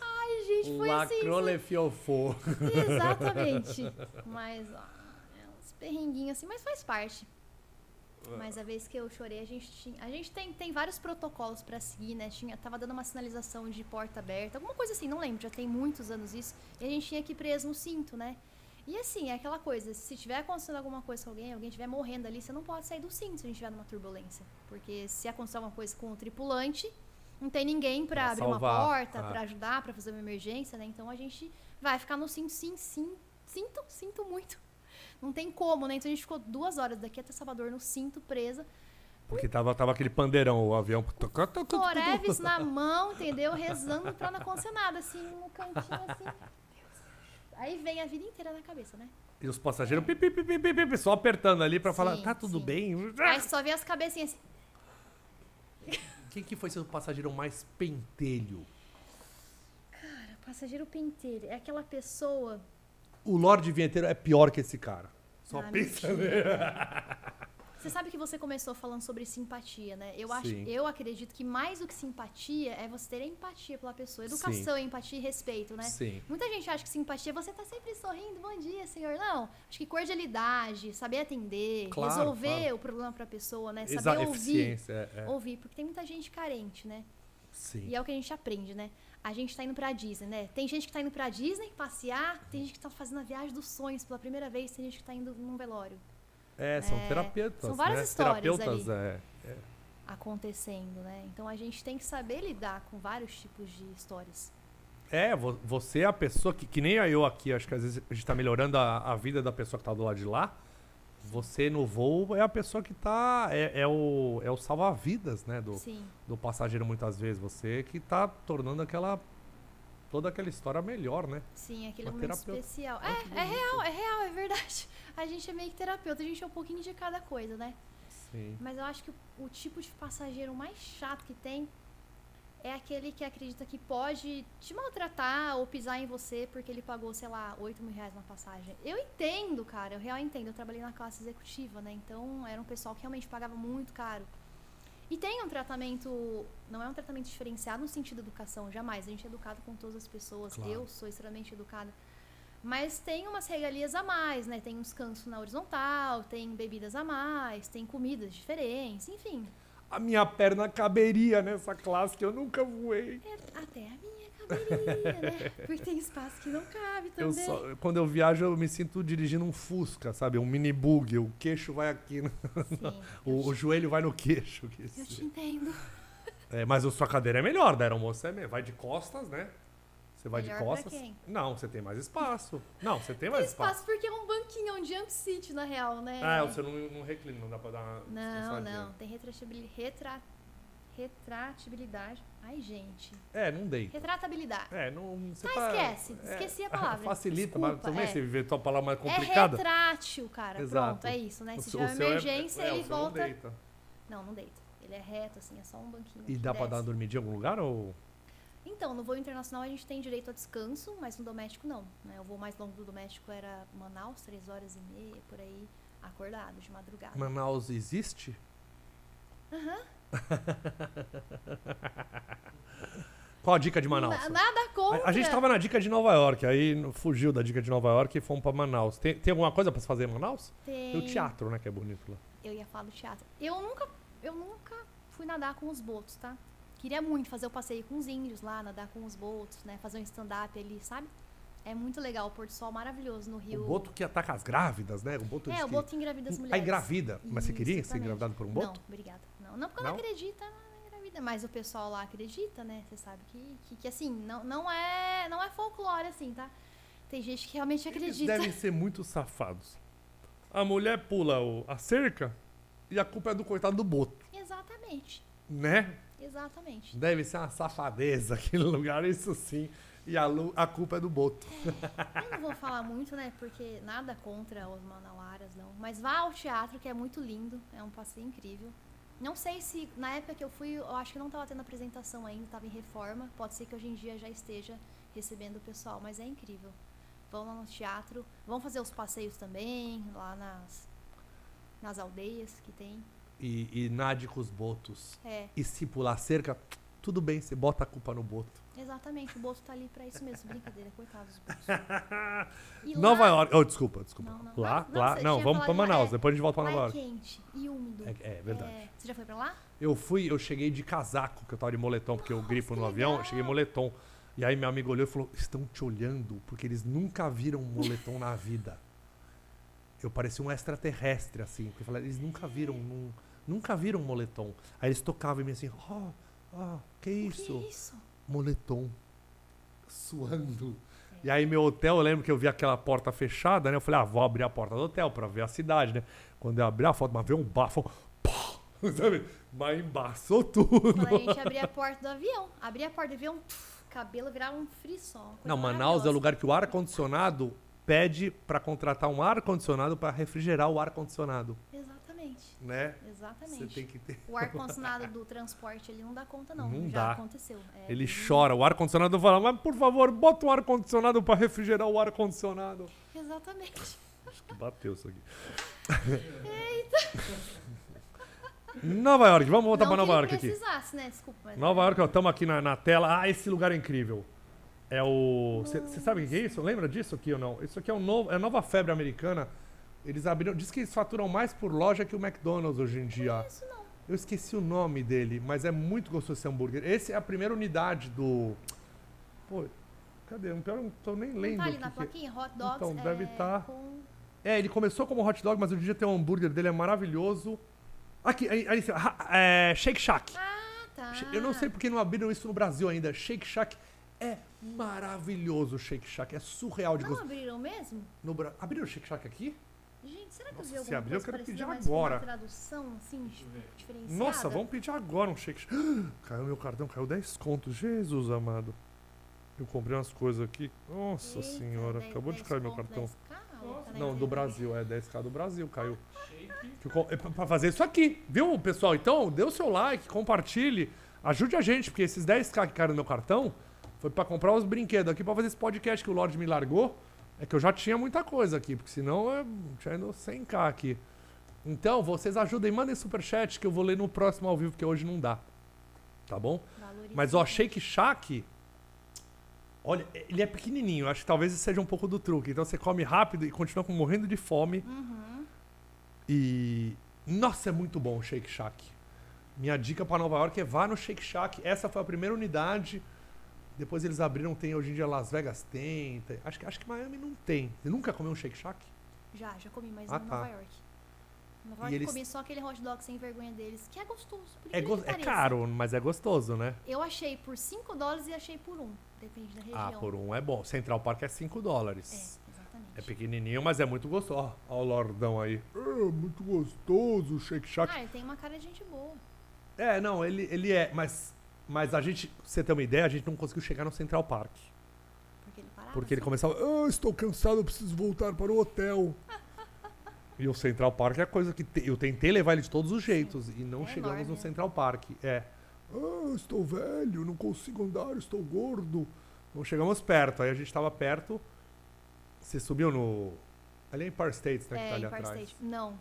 ai, gente, foi assim. fiofô. foi- Exatamente. Mas, ah, é uns perrenguinhos assim, mas faz parte. É. Mas a vez que eu chorei, a gente tinha. A gente tem, tem vários protocolos pra seguir, né? Tinha, tava dando uma sinalização de porta aberta, alguma coisa assim, não lembro, já tem muitos anos isso. E a gente tinha que ir preso no cinto, né? E assim, é aquela coisa, se tiver acontecendo alguma coisa com alguém, alguém estiver morrendo ali, você não pode sair do cinto se a gente estiver numa turbulência. Porque se acontecer alguma coisa com o tripulante, não tem ninguém pra Pra abrir salvar, uma porta, ah. pra ajudar, pra fazer uma emergência, né? Então a gente vai ficar no cinto, sim, sim. Sinto, sinto muito. Não tem como, né? Então a gente ficou duas horas daqui até Salvador no cinto, presa. Porque tava, tava aquele pandeirão, o avião. Coreves na mão, entendeu? Rezando pra não acontecer nada, assim, no cantinho, assim. Aí vem a vida inteira na cabeça, né? E os passageiros pi, pi, pi, pi, pi, pi, só apertando ali pra falar, Sim, tá tudo sim. bem? Aí só vem as cabecinhas assim. Quem que foi seu passageiro mais pentelho? Cara, passageiro penteiro é aquela pessoa... O Lorde Vinheteiro é pior que esse cara. Só Ah, pensa. mentira. Você sabe que você começou falando sobre simpatia, né? Eu acho, Sim. eu acredito que mais do que simpatia é você ter empatia pela pessoa. Educação, empatia e respeito, né? Sim. Muita gente acha que simpatia é você tá sempre sorrindo, bom dia, senhor. Não, acho que cordialidade, saber atender, Claro, resolver claro. o problema pra pessoa, né? Exa- Saber ouvir. eficiência, é, é. Ouvir, porque tem muita gente carente, né? Sim. E é o que a gente aprende, né? A gente tá indo pra Disney, né? Tem gente que tá indo pra Disney passear, tem gente que tá fazendo a viagem dos sonhos pela primeira vez, tem gente que tá indo num velório É, são É, terapeutas. são várias né? histórias Terapeutas, é. acontecendo, né? Então a gente tem que saber lidar com vários tipos de histórias. É, vo- você é a pessoa que, que nem eu aqui, acho que às vezes a gente tá melhorando a, a vida da pessoa que tá do lado de lá. Você no voo é a pessoa que tá. É, é o, é o salva-vidas, né? Do, Sim. do passageiro, muitas vezes. Você que tá tornando aquela. toda aquela história melhor, né? Sim, aquele Uma momento terapeuta. especial. É, é real, é real, é verdade. [laughs] A gente é meio que terapeuta, a gente é um pouquinho de cada coisa, né? Sim. Mas eu acho que o, o tipo de passageiro mais chato que tem é aquele que acredita que pode te maltratar ou pisar em você porque ele pagou, sei lá, 8 mil reais na passagem. Eu entendo, cara, eu real entendo. Eu trabalhei na classe executiva, né? Então era um pessoal que realmente pagava muito caro. E tem um tratamento, não é um tratamento diferenciado no sentido de educação, jamais. A gente é educado com todas as pessoas. Claro. Eu sou extremamente educada. Mas tem umas regalias a mais, né? Tem um descanso na horizontal, tem bebidas a mais, tem comidas diferentes, enfim. A minha perna caberia nessa classe que eu nunca voei. É, até a minha caberia, [laughs] né? Porque tem espaço que não cabe também. Eu só, quando eu viajo, eu me sinto dirigindo um Fusca, sabe? Um mini bug. O queixo vai aqui. né? Sim, [laughs] O, o joelho vai no queixo. que eu te se- entendo. É, mas a sua cadeira é melhor da aeromoça. É mesmo. Vai de costas, né? Você vai Melhor de pra costas. quem? Não, você tem mais espaço. Não, você tem Tem mais espaço. espaço porque é um banquinho, é um jump seat, na real, né? Ah, você não, não reclina, não dá pra dar uma Não, descansadinha. não. Tem retratibilidade. Retratibilidade. Ai, gente. É, não dei. Retratabilidade. É, não. Você Ah, tá- esquece. é, Esqueci a palavra. [laughs] Facilita, Desculpa, mas também é. se inventou a palavra mais É complicada. retrátil, cara. Exato. Pronto, é isso, né? O Se seu- o tiver uma seu é- emergência, é, o ele seu não volta. Não, deita. não, deita. Ele é reto, assim, é só um banquinho. E que dá pra dar uma desce. dormidinha em algum lugar ou. Então, no voo internacional a gente tem direito a descanso, mas no doméstico não. Né? O voo mais longo do doméstico era Manaus, três horas e meia, por aí, acordado, de madrugada. Manaus existe? [laughs] Qual a dica de Manaus? né? Na- nada contra. A, a gente tava na dica de Nova York, aí no- fugiu da dica de Nova York e fomos pra Manaus. Tem, tem alguma coisa pra se fazer em Manaus? Tem... Tem o teatro, né, que é bonito lá. Eu ia falar do teatro. Eu nunca, eu nunca fui nadar com os botos, tá? Queria muito fazer o passeio com os índios lá, nadar com os botos, né? Fazer um stand-up ali, sabe? É muito legal, o pôr do sol maravilhoso no Rio. O boto que ataca as grávidas, né? O boto diz É, o que- boto engravida as Ah, mulheres. engravida. Mas você Isso, queria ser exatamente. engravidado por um boto? Não, obrigada. Não, não porque ela Não? acredita na engravida. Mas o pessoal lá acredita, né? Você sabe que, que, que, assim, não, não, é, não é folclore, assim, tá? Tem gente que realmente Eles acredita. devem ser muito safados. A mulher pula o- a cerca e a culpa é do coitado do boto, [laughs] Exatamente. né? Exatamente. Deve ser uma safadeza [laughs] aquele lugar, isso sim. E a, lu- a culpa é do boto. Eu não vou falar muito, né? Porque nada contra os manauaras, não. Mas vá ao teatro, que é muito lindo. É um passeio incrível. Não sei se na época que eu fui, eu acho que não tava tendo apresentação ainda, tava em reforma. Pode ser que hoje em dia já esteja recebendo o pessoal, mas é incrível. Vão lá no teatro, vão fazer os passeios também, lá nas, nas aldeias que tem. E, e nade com os botos. É, E se pular a cerca, tudo bem, você bota a culpa no boto. [laughs] exatamente, o Boto tá ali pra isso mesmo. Brincadeira, coitados. dos Botos. E Nova lá- York. Oh, desculpa, desculpa. Não, não. Lá, Ah, não, lá. você Não, tinha vamos pra falado de lá. Manaus, É, depois a gente volta pra Nova Lá é York. quente e úmido. É, é verdade. É, Você já foi pra lá? Eu fui, eu cheguei de casaco, que eu tava de moletom, porque eu gripo Ah, que no avião, eu legal. cheguei moletom. E aí meu amigo olhou e falou: estão te olhando, porque eles nunca viram um moletom na vida. Eu parecia um extraterrestre, assim, porque eu falei, eles nunca viram um. Nunca viram um moletom. Aí eles tocavam em mim assim, ó, ó, que O isso? que é isso? moletom, suando. E aí meu hotel, eu lembro que eu vi aquela porta fechada, né? Eu falei, ah, vou abrir a porta do hotel pra ver a cidade, né? Quando eu abri a foto, mas veio um bafo, pá, [laughs] sabe? Mas embaçou tudo. Quando [laughs] a gente abria a porta do avião. Abria a porta do avião, pff, cabelo virava um frisson. Não, Manaus é o maravilhosa. lugar que o ar-condicionado pede pra contratar um ar-condicionado pra refrigerar o ar-condicionado, Exatamente. né? Você Exatamente. tem que ter... [laughs] O ar-condicionado do transporte ele não dá conta, não. Não Já dá. aconteceu. É, Ele chora, o ar-condicionado fala, mas por favor, bota um ar-condicionado pra refrigerar o ar-condicionado. Exatamente. Bateu isso aqui. Nova York, vamos voltar pra não Nova que York ele aqui. precisasse, né? Desculpa. mas- Nova York, ó, estamos aqui na, na tela. Ah, esse lugar é incrível. É o. Você sabe o que é isso? Lembra disso aqui ou não? Isso aqui é, um novo, é a nova febre americana. Eles abriram. Diz que eles faturam mais por loja que o McDonald's hoje em dia. Isso não. Eu esqueci o nome dele, mas é muito gostoso esse hambúrguer. Esse é a primeira unidade do. Pô, cadê? Eu não tô nem Não tá lembrando. ali na plaquinha, hot dogs. Então, é, deve tá. com- É, ele começou como hot dog, mas hoje em dia tem um hambúrguer dele, é maravilhoso. Aqui, aí, aí, ra- é, Shake Shack. Ah, tá. Eu não sei porque não abriram isso no Brasil ainda. Shake Shack é maravilhoso, Shake Shack. É surreal de Ah, Não gosto. abriram mesmo? No Bra... Abriram o Shake Shack aqui? Gente, será que Nossa, eu vi se alguma abrir, eu coisa quero parecida, pedir mas com uma agora. tradução, assim, dif- diferenciada? Nossa, vamos pedir agora um Shake Shack. [gasps] Caiu meu cartão, caiu 10 contos. Jesus amado. Eu comprei umas coisas aqui. Nossa Eita, senhora, dez- acabou de dez cair meu conto, cartão. 10K, tá na Não, do internet. Brasil, é 10k do Brasil, caiu. Que co- é pra- pra fazer isso aqui, viu, pessoal? Então, dê o seu like, compartilhe, ajude a gente, porque esses 10k que caíram no meu cartão foi pra comprar os brinquedos aqui pra fazer esse podcast que o Lorde me largou. É que eu já tinha muita coisa aqui, porque senão eu tinha ido 100k aqui. Então, vocês ajudem, mandem superchat que eu vou ler no próximo ao vivo, porque hoje não dá. Tá bom? Valoriza. Mas ó, Shake Shack. Olha, ele é pequenininho. Acho que talvez isso seja um pouco do truque. Então você come rápido e continua com- morrendo de fome. Uhum. E. Nossa, é muito bom o Shake Shack. Minha dica pra Nova York é vá no Shake Shack. Essa foi a primeira unidade. Depois eles abriram, tem hoje em dia Las Vegas tem. tem- acho, que, acho que Miami não tem. Você nunca comeu um Shake Shack? Já, já comi, mas Ah, não em tá. Nova York. Em Nova York eles- comi só aquele hot dog sem vergonha deles, que é gostoso. por É, incrível go- que é pareça. caro, mas é gostoso, né? Eu achei por 5 dólares e achei por 1. Um, depende da região. Ah, por um é bom. Central Park é 5 É, dólares. exatamente. É pequenininho, mas é muito gostoso. Ó, ó o lordão aí. É, muito gostoso o Shake Shack. Ah, ele tem uma cara de gente boa. É, não, ele, ele é, mas, mas a gente, pra você ter uma ideia, a gente não conseguiu chegar no Central Park. Porque ele parava. assim. Porque ele começava, ah, estou cansado, eu preciso voltar para o hotel. e o Central Park é a coisa que te- eu tentei levar ele de todos os jeitos e não É chegamos enorme, no né? Central Park. É, ah, estou velho, não consigo andar, estou gordo. Não chegamos perto, aí a gente estava perto. Você subiu no. Ali é Empire State, né? que tá É, ali em atrás. State. Não.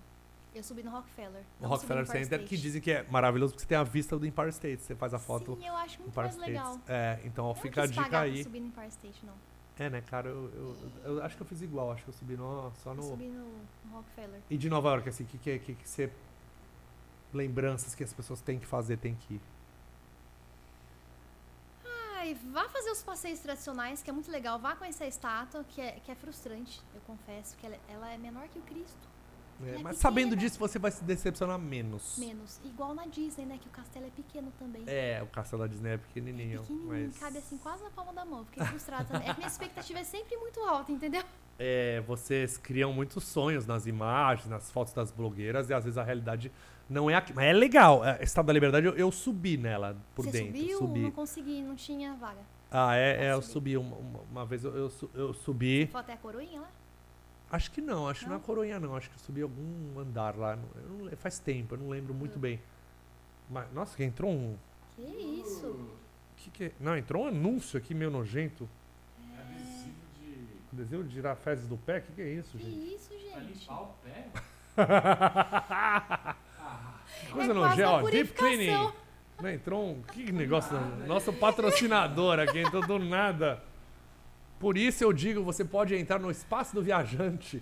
Eu subi no Rockefeller. O não Rockefeller subi no Empire Center, que State. dizem que é maravilhoso porque você tem a vista do Empire State. Você faz a foto Sim, eu acho do muito Empire mais State. legal. É, então Eu não fica a quis dica pagar pra aí. subir no Empire State, não. É, né, cara? Eu, eu- eu- eu acho que eu fiz igual. Acho que eu subi no- só Eu no. subi no, no Rockefeller. E de Nova York, assim, o que, que, que, que você. Lembranças que as pessoas têm que fazer, têm que ir. Ai, vá fazer os passeios tradicionais, que é muito legal. Vá conhecer a estátua, que é, que é frustrante, eu confesso. que ela, ela é menor que o Cristo. né? É Mas pequena. sabendo disso, você vai se decepcionar menos. Menos. Igual na Disney, né? Que o castelo é pequeno também. É, o castelo da Disney é pequenininho. Pequenininho, mas... cabe assim quase na palma da mão. Fiquei frustrada também. É que minha expectativa é sempre muito alta, entendeu? é, vocês criam muitos sonhos nas imagens, nas fotos das blogueiras, e às vezes a realidade não é aqui. Mas é legal. A Estado da Liberdade, eu, eu subi nela [laughs] por Você dentro. subiu? Subi. Não consegui, não tinha vaga. Ah, é, é, eu Subi. subi. Uma, uma- uma vez eu, eu, su- eu subi. Foi até é a coroinha lá? Acho que não, acho que não é Não? Coroinha, não. Acho que eu subi algum andar lá. Não- eu não le- faz tempo, eu não lembro muito bem. Mas, nossa, que entrou um. Que isso? Que que é? Não, entrou um anúncio aqui meio nojento. Adesivo de girafezes do pé? Que que é isso, Que gente? isso, gente? [laughs] Que é coisa quase nojenta. uma Ó, deep cleaning. purificação. Não, entrou um. Que negócio. Nosso patrocinador aqui entrou do nada. Por isso eu digo: você pode entrar no espaço do viajante,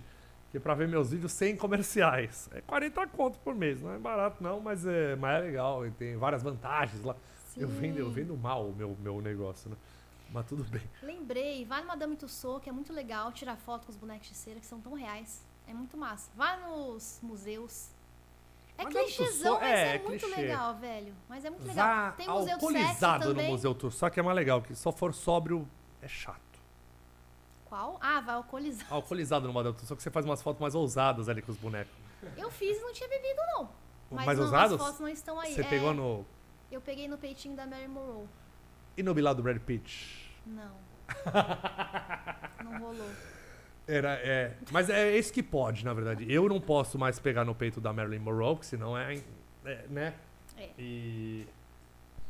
que é pra ver meus vídeos sem comerciais. É 40 conto por mês, não é barato não, mas é, mas é legal e tem várias vantagens lá. Eu vendo, eu Sim. vendo mal o meu, meu negócio, né? Mas tudo bem. Lembrei, vai no Madame Tussauds, que é muito legal tirar foto com os bonecos de cera, que são tão reais. É muito massa. Vai nos museus. É Madame clichêzão, Tussauds, mas é, é, é muito clichê. legal, velho. Mas é muito legal. Vá Tem museu de sexo alcoolizado no também. Museu Tour, só que é mais legal, que só for sóbrio é chato. Qual? Ah, vai alcoolizar. Alcoolizado no Museu Tour, só que você faz umas fotos mais ousadas ali com os bonecos. Eu fiz e não tinha bebido, não. Mas mais não, ousados? as fotos não estão aí. Você É, pegou no Eu peguei no peitinho da Mary Monroe. E no Bilal do Brad Pitt? [laughs] Não. não rolou. Era, é. Mas é esse que pode, na verdade. Eu não posso mais pegar no peito da Marilyn Monroe, porque senão é. é, né? É. E.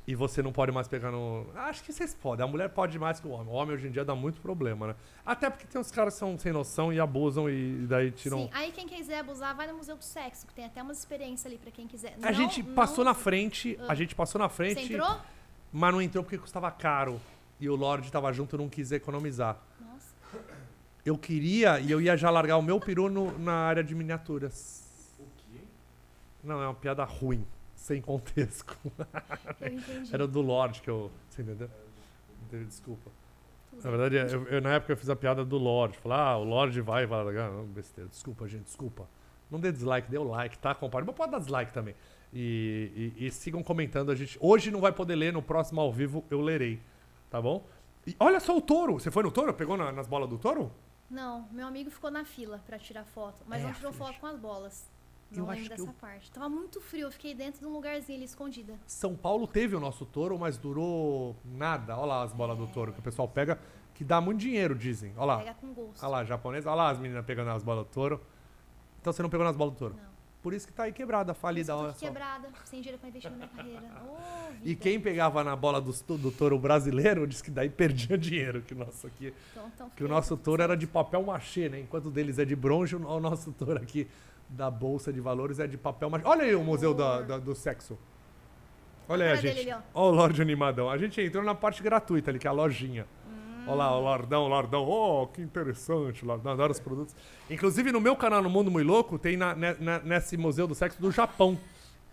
e você não pode mais pegar no. Acho que vocês podem. A mulher pode mais que o homem. O homem hoje em dia dá muito problema, né? Até porque tem uns caras que são sem noção e abusam e daí tiram. Sim, aí quem quiser abusar, vai no Museu do Sexo, que tem até umas experiências ali pra quem quiser. A gente passou na frente, a gente passou na frente. frente, Ah. Você entrou? mas não entrou porque custava caro. E o Lorde tava junto e não quis economizar. Nossa. Eu queria e eu ia já largar o meu peru no- na área de miniaturas. O quê? Não, é uma piada ruim, sem contexto. [laughs] Eu entendi. Era do Lorde que eu. Você entendeu? Entendeu? Desculpa. Na verdade, eu, eu- na época eu fiz a piada do Lorde. Falar, ah, o Lorde vai, vai largar. Não, besteira. Desculpa, gente, desculpa. Não dê dislike, dê o like, tá? Compartilha. Mas pode dar dislike também. E, e- e sigam comentando. A gente hoje não vai poder ler, no próximo ao vivo eu lerei. Tá bom? E olha só o touro. Você foi no touro? Pegou na- nas bolas do touro? Não, meu amigo ficou na fila pra tirar foto, mas É, não tirou filha. foto com as bolas. Eu Não acho lembro que dessa eu- parte. Tava muito frio, eu fiquei dentro de um lugarzinho ali escondida. São Paulo teve o nosso touro, mas durou nada. Olha lá as bolas do touro que o pessoal pega, que dá muito dinheiro, dizem. Olha lá. Pega com gosto. Olha lá, japonesa. Olha lá as meninas pegando as bolas do touro. Então você não pegou nas bolas do touro. Não. Por isso que tá aí quebrada, falida. Tô Olha aqui só. quebrada, sem dinheiro pra investir na minha [laughs] carreira. Ô, E vida. quem pegava na bola do, do touro brasileiro disse que daí perdia [laughs] dinheiro. Que o nosso, aqui, Então, então que o fiquei- nosso touro era de papel machê, né? Enquanto o deles é de bronze, o o nosso touro aqui da Bolsa de Valores é de papel machê. Olha aí o Museu da- da- do Sexo. Olha aí, A a cara dele gente. ali, Olha o Lorde Animadão. A gente entrou na parte gratuita ali, que é a lojinha. Olha lá, o Lordão, o Lordão. Oh, que interessante, Lordão. Adoro os produtos. Inclusive, no meu canal no Mundo Muito Louco, tem na- ne- na- nesse Museu do Sexo do Japão.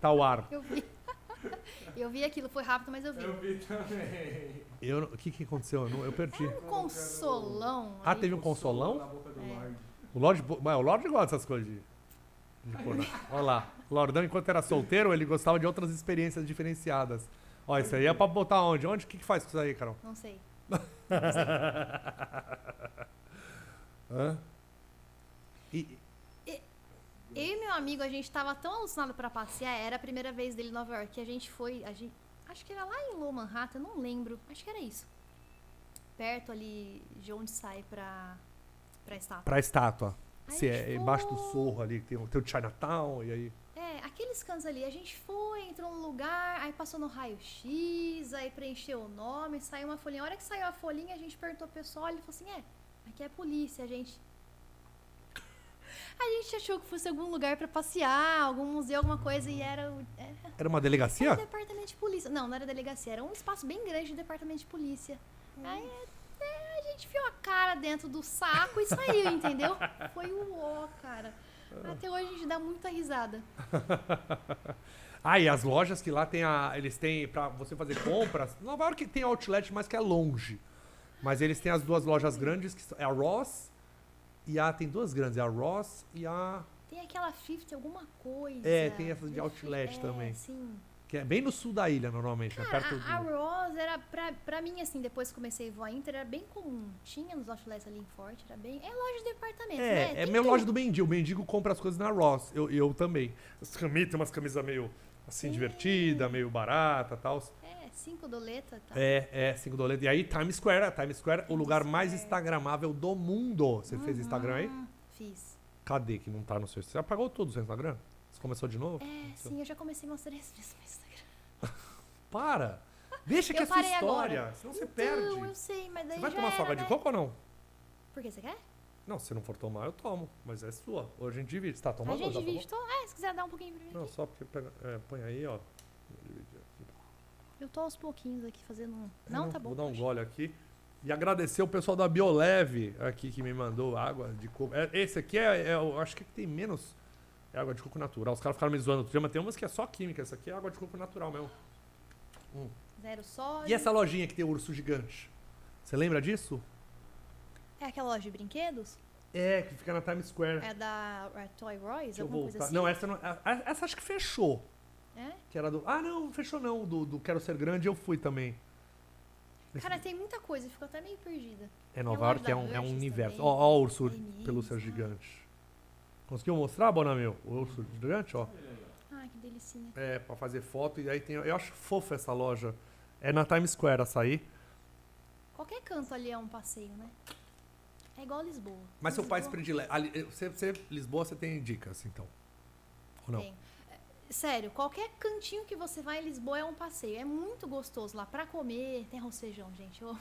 Tá o ar. Eu vi. [laughs] eu vi aquilo, foi rápido, mas eu vi. vi também. Eu não- O que, que aconteceu? Eu, não- eu perdi. Um consolão. Ah, ali. É, teve um consolão? boca do Lorde. O Lorde, bo- mas o Lorde gosta dessas coisas de. de pôr na- Olha lá. O Lordão, enquanto era solteiro, ele gostava de outras experiências diferenciadas. Ó, isso aí é pra botar onde? Onde? O que, que faz com isso aí, Carol? Não sei. Hã? E, Eu e meu amigo, a gente tava tão alucinado pra passear, era a primeira vez dele em Nova York, que a gente foi, a gente, acho que era lá em Low Manhattan, eu não lembro, acho que era isso. Perto ali de onde sai pra, pra estátua. pra estátua. Aí Se a é gente embaixo do foi. sorro ali, que tem o teu Chinatown, e aí. É, aqueles cantos ali, a gente foi, entrou num lugar, aí passou no raio-x, aí preencheu o nome, saiu uma folhinha. A hora que saiu a folhinha, a gente perguntou ao pessoal, ele falou assim, é, aqui é a polícia, a gente... [laughs] A gente achou que fosse algum lugar pra passear, algum museu, alguma coisa, e era, o- é, era Era uma Era delegacia? departamento de polícia. Não, não era delegacia, era um espaço bem grande de departamento de polícia. Aí é, a gente viu a cara dentro do saco e [laughs] saiu, entendeu? Foi o ó, cara. Até hoje a gente dá muita risada. Ah, e as lojas que lá tem a. Eles têm pra você fazer compras. Nova York tem outlet, mas que é longe. Mas eles têm as duas lojas grandes, que são- é a Ross e a. Tem duas grandes, é a Ross e a. Tem aquela 50, alguma coisa. É, tem essas de Defi- outlet é, também. Sim. Que é bem no sul da ilha, normalmente, né? Cara, Perto Ah, a, a do. Rose era, pra, pra mim, assim, depois que comecei a voar Inter, era bem comum. Tinha nos outlets ali em Forte, era bem. É loja de departamento, né? É, é Tem meio tudo. loja do mendigo. O mendigo compra as coisas na Ross. Eu, eu também. As camisas, tem umas camisas meio Hum. assim, divertida, meio barata e tal. É, cinco doleta tá? É, é, 5 doletas. E aí, Times Square, a Times Square, o lugar mais Square. Uhum. instagramável do mundo. Você fez Instagram aí? Ah, Fiz. Cadê que não tá no seu Você apagou tudo o seu Instagram? Você começou de novo? É, sim, eu já comecei a mostrar isso no Instagram. Para! Deixa que Eu é sua parei história, agora. senão você Então, perde. eu sei, mas daí Você vai já tomar era, soca né? de coco ou não? Por que você quer? Não, se não for tomar, eu tomo. Mas é sua. Hoje a gente divide. Você tá tomando? A gente Já tomou? divide. Tô... É, se quiser dar um pouquinho pra mim. Não, aqui. só porque pega, é, põe aí, ó. Vou dividir aqui. Eu tô aos pouquinhos aqui fazendo um. É, Não, tá bom. Vou dar um poxa. gole aqui. E agradecer o pessoal da Bioleve aqui que me mandou água de coco. É, Esse aqui é, é o- acho que é que tem menos é água de coco natural. Os caras ficaram me zoando outro dia, mas tem umas que é só química. Essa aqui é água de coco natural mesmo. Zero sódio. E essa lojinha que tem o urso gigante? Você lembra disso? É aquela loja de brinquedos? É, que fica na Times Square. É da a Toy Royce? Deixa eu Alguma coisa voltar. assim? Não, é- essa não. a- a- Essa acho que fechou. É? Que era do. Ah, não, fechou não. Do, do Quero Ser Grande eu fui também. Cara, tem muita coisa, ficou até meio perdida. É Nova Nova York, York é da um, é um Lanches universo. também. Ó, ó o urso M&M's, pelúcia ah. gigante. Conseguiu mostrar, Bonamil? O urso gigante, ó. Ah, que delicinha. É, pra fazer foto. E aí tem. Eu acho fofa essa loja. É na Times Square açaí. Qualquer canto ali é um passeio, né? É igual Lisboa. Mas seu pai se Lisboa- predileta. ali- eh, Você, você, Lisboa, você tem dicas, então. Ou não? Tem. É, Sério, qualquer cantinho que você vai em Lisboa é um passeio. É muito gostoso lá pra comer. Tem arroz e feijão, gente. Eu...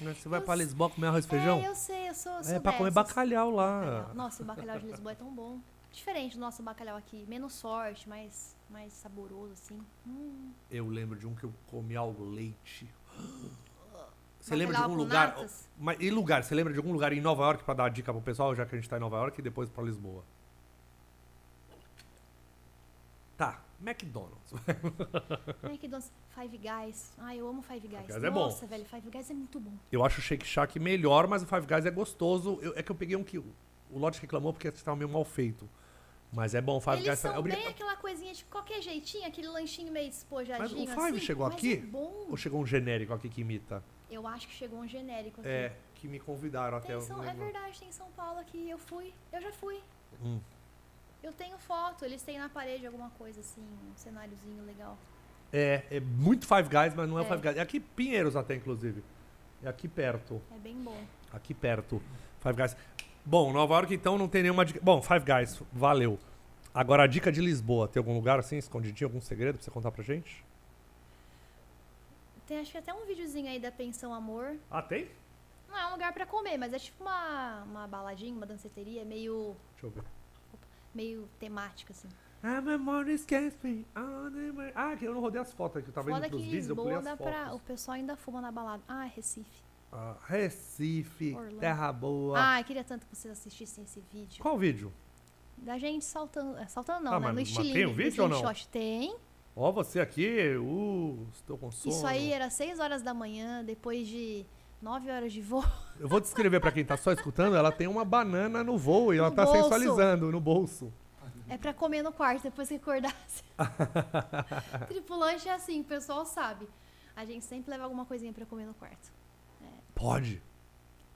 Né, Você vai Eu pra sei. Lisboa comer arroz e feijão? É, eu sei, eu sou, sou É, pra comer dessas. bacalhau lá. Bacalhau. Nossa, o bacalhau de Lisboa é tão bom. Diferente do nosso bacalhau aqui. Menos sorte, mais, mais saboroso, assim. Hum. Eu lembro de um que eu comi ao leite. Você Bacalhau lembra de algum com lugar? natas? Mas, e lugar? Você lembra de algum lugar em Nova York pra dar dica pro pessoal, já que a gente tá em Nova York e depois pra Lisboa? Tá, McDonald's. McDonald's, Five Guys. Ai, eu amo Five Guys. Guys é bom. Nossa, velho, Five Guys é muito bom. Eu acho o Shake Shack melhor, mas o Five Guys é gostoso. Eu- é que eu peguei um que o o Lodge reclamou porque estava meio mal feito. Mas é bom, o Five Eles Guys são é obri- bem aquela coisinha de qualquer jeitinho, aquele lanchinho meio Mas o despojadinho Five assim, chegou mas aqui? É bom. Ou chegou um genérico aqui que imita? Eu acho que chegou um genérico aqui. É, que me convidaram até. Tem eu São- não é lembro. verdade, tem em São Paulo aqui. Eu fui, eu já fui. Hum. Eu tenho foto, eles têm na parede alguma coisa assim, um cenáriozinho legal. É, é muito Five Guys, mas não é, o É. Five Guys. É aqui em Pinheiros até, inclusive. É aqui perto. É bem bom. Aqui perto. Five Guys. Bom, Nova York então não tem nenhuma dica. Bom, Five Guys, valeu. Agora a dica de Lisboa. Tem algum lugar assim, escondidinho, algum segredo pra você contar pra gente? Tem acho que até um videozinho aí da Pensão Amor. Ah, tem? Não é um lugar pra comer, mas é tipo uma, uma baladinha, uma danceteria, é meio, Deixa eu ver. meio temática, assim. Ah, my memory escapes me. Ah, my- Ah, que eu não rodei as fotos aqui. Eu tava Foda indo que pros vídeos, eu pulei Lisboa as dá fotos. pra. O pessoal ainda fuma na balada. Ah, Recife. Ah, Recife, Orlando. Terra Boa. Ah, eu queria tanto que vocês assistissem esse vídeo. Qual vídeo? Da gente saltando. é, Saltando não, Ah, né? mas- no mas estilingue. tem o no vídeo ou não? slingshot. Tem. Ó, você aqui. Uh, estou com sono. Isso aí era 6 horas da manhã, depois de 9 horas de voo. [laughs] Eu vou descrever pra quem tá só escutando, ela tem uma banana no voo e ela No tá bolso. sensualizando no bolso. É pra comer no quarto depois que [laughs] acordasse. Tripulante é assim, o pessoal sabe. A gente sempre leva alguma coisinha pra comer no quarto. Pode.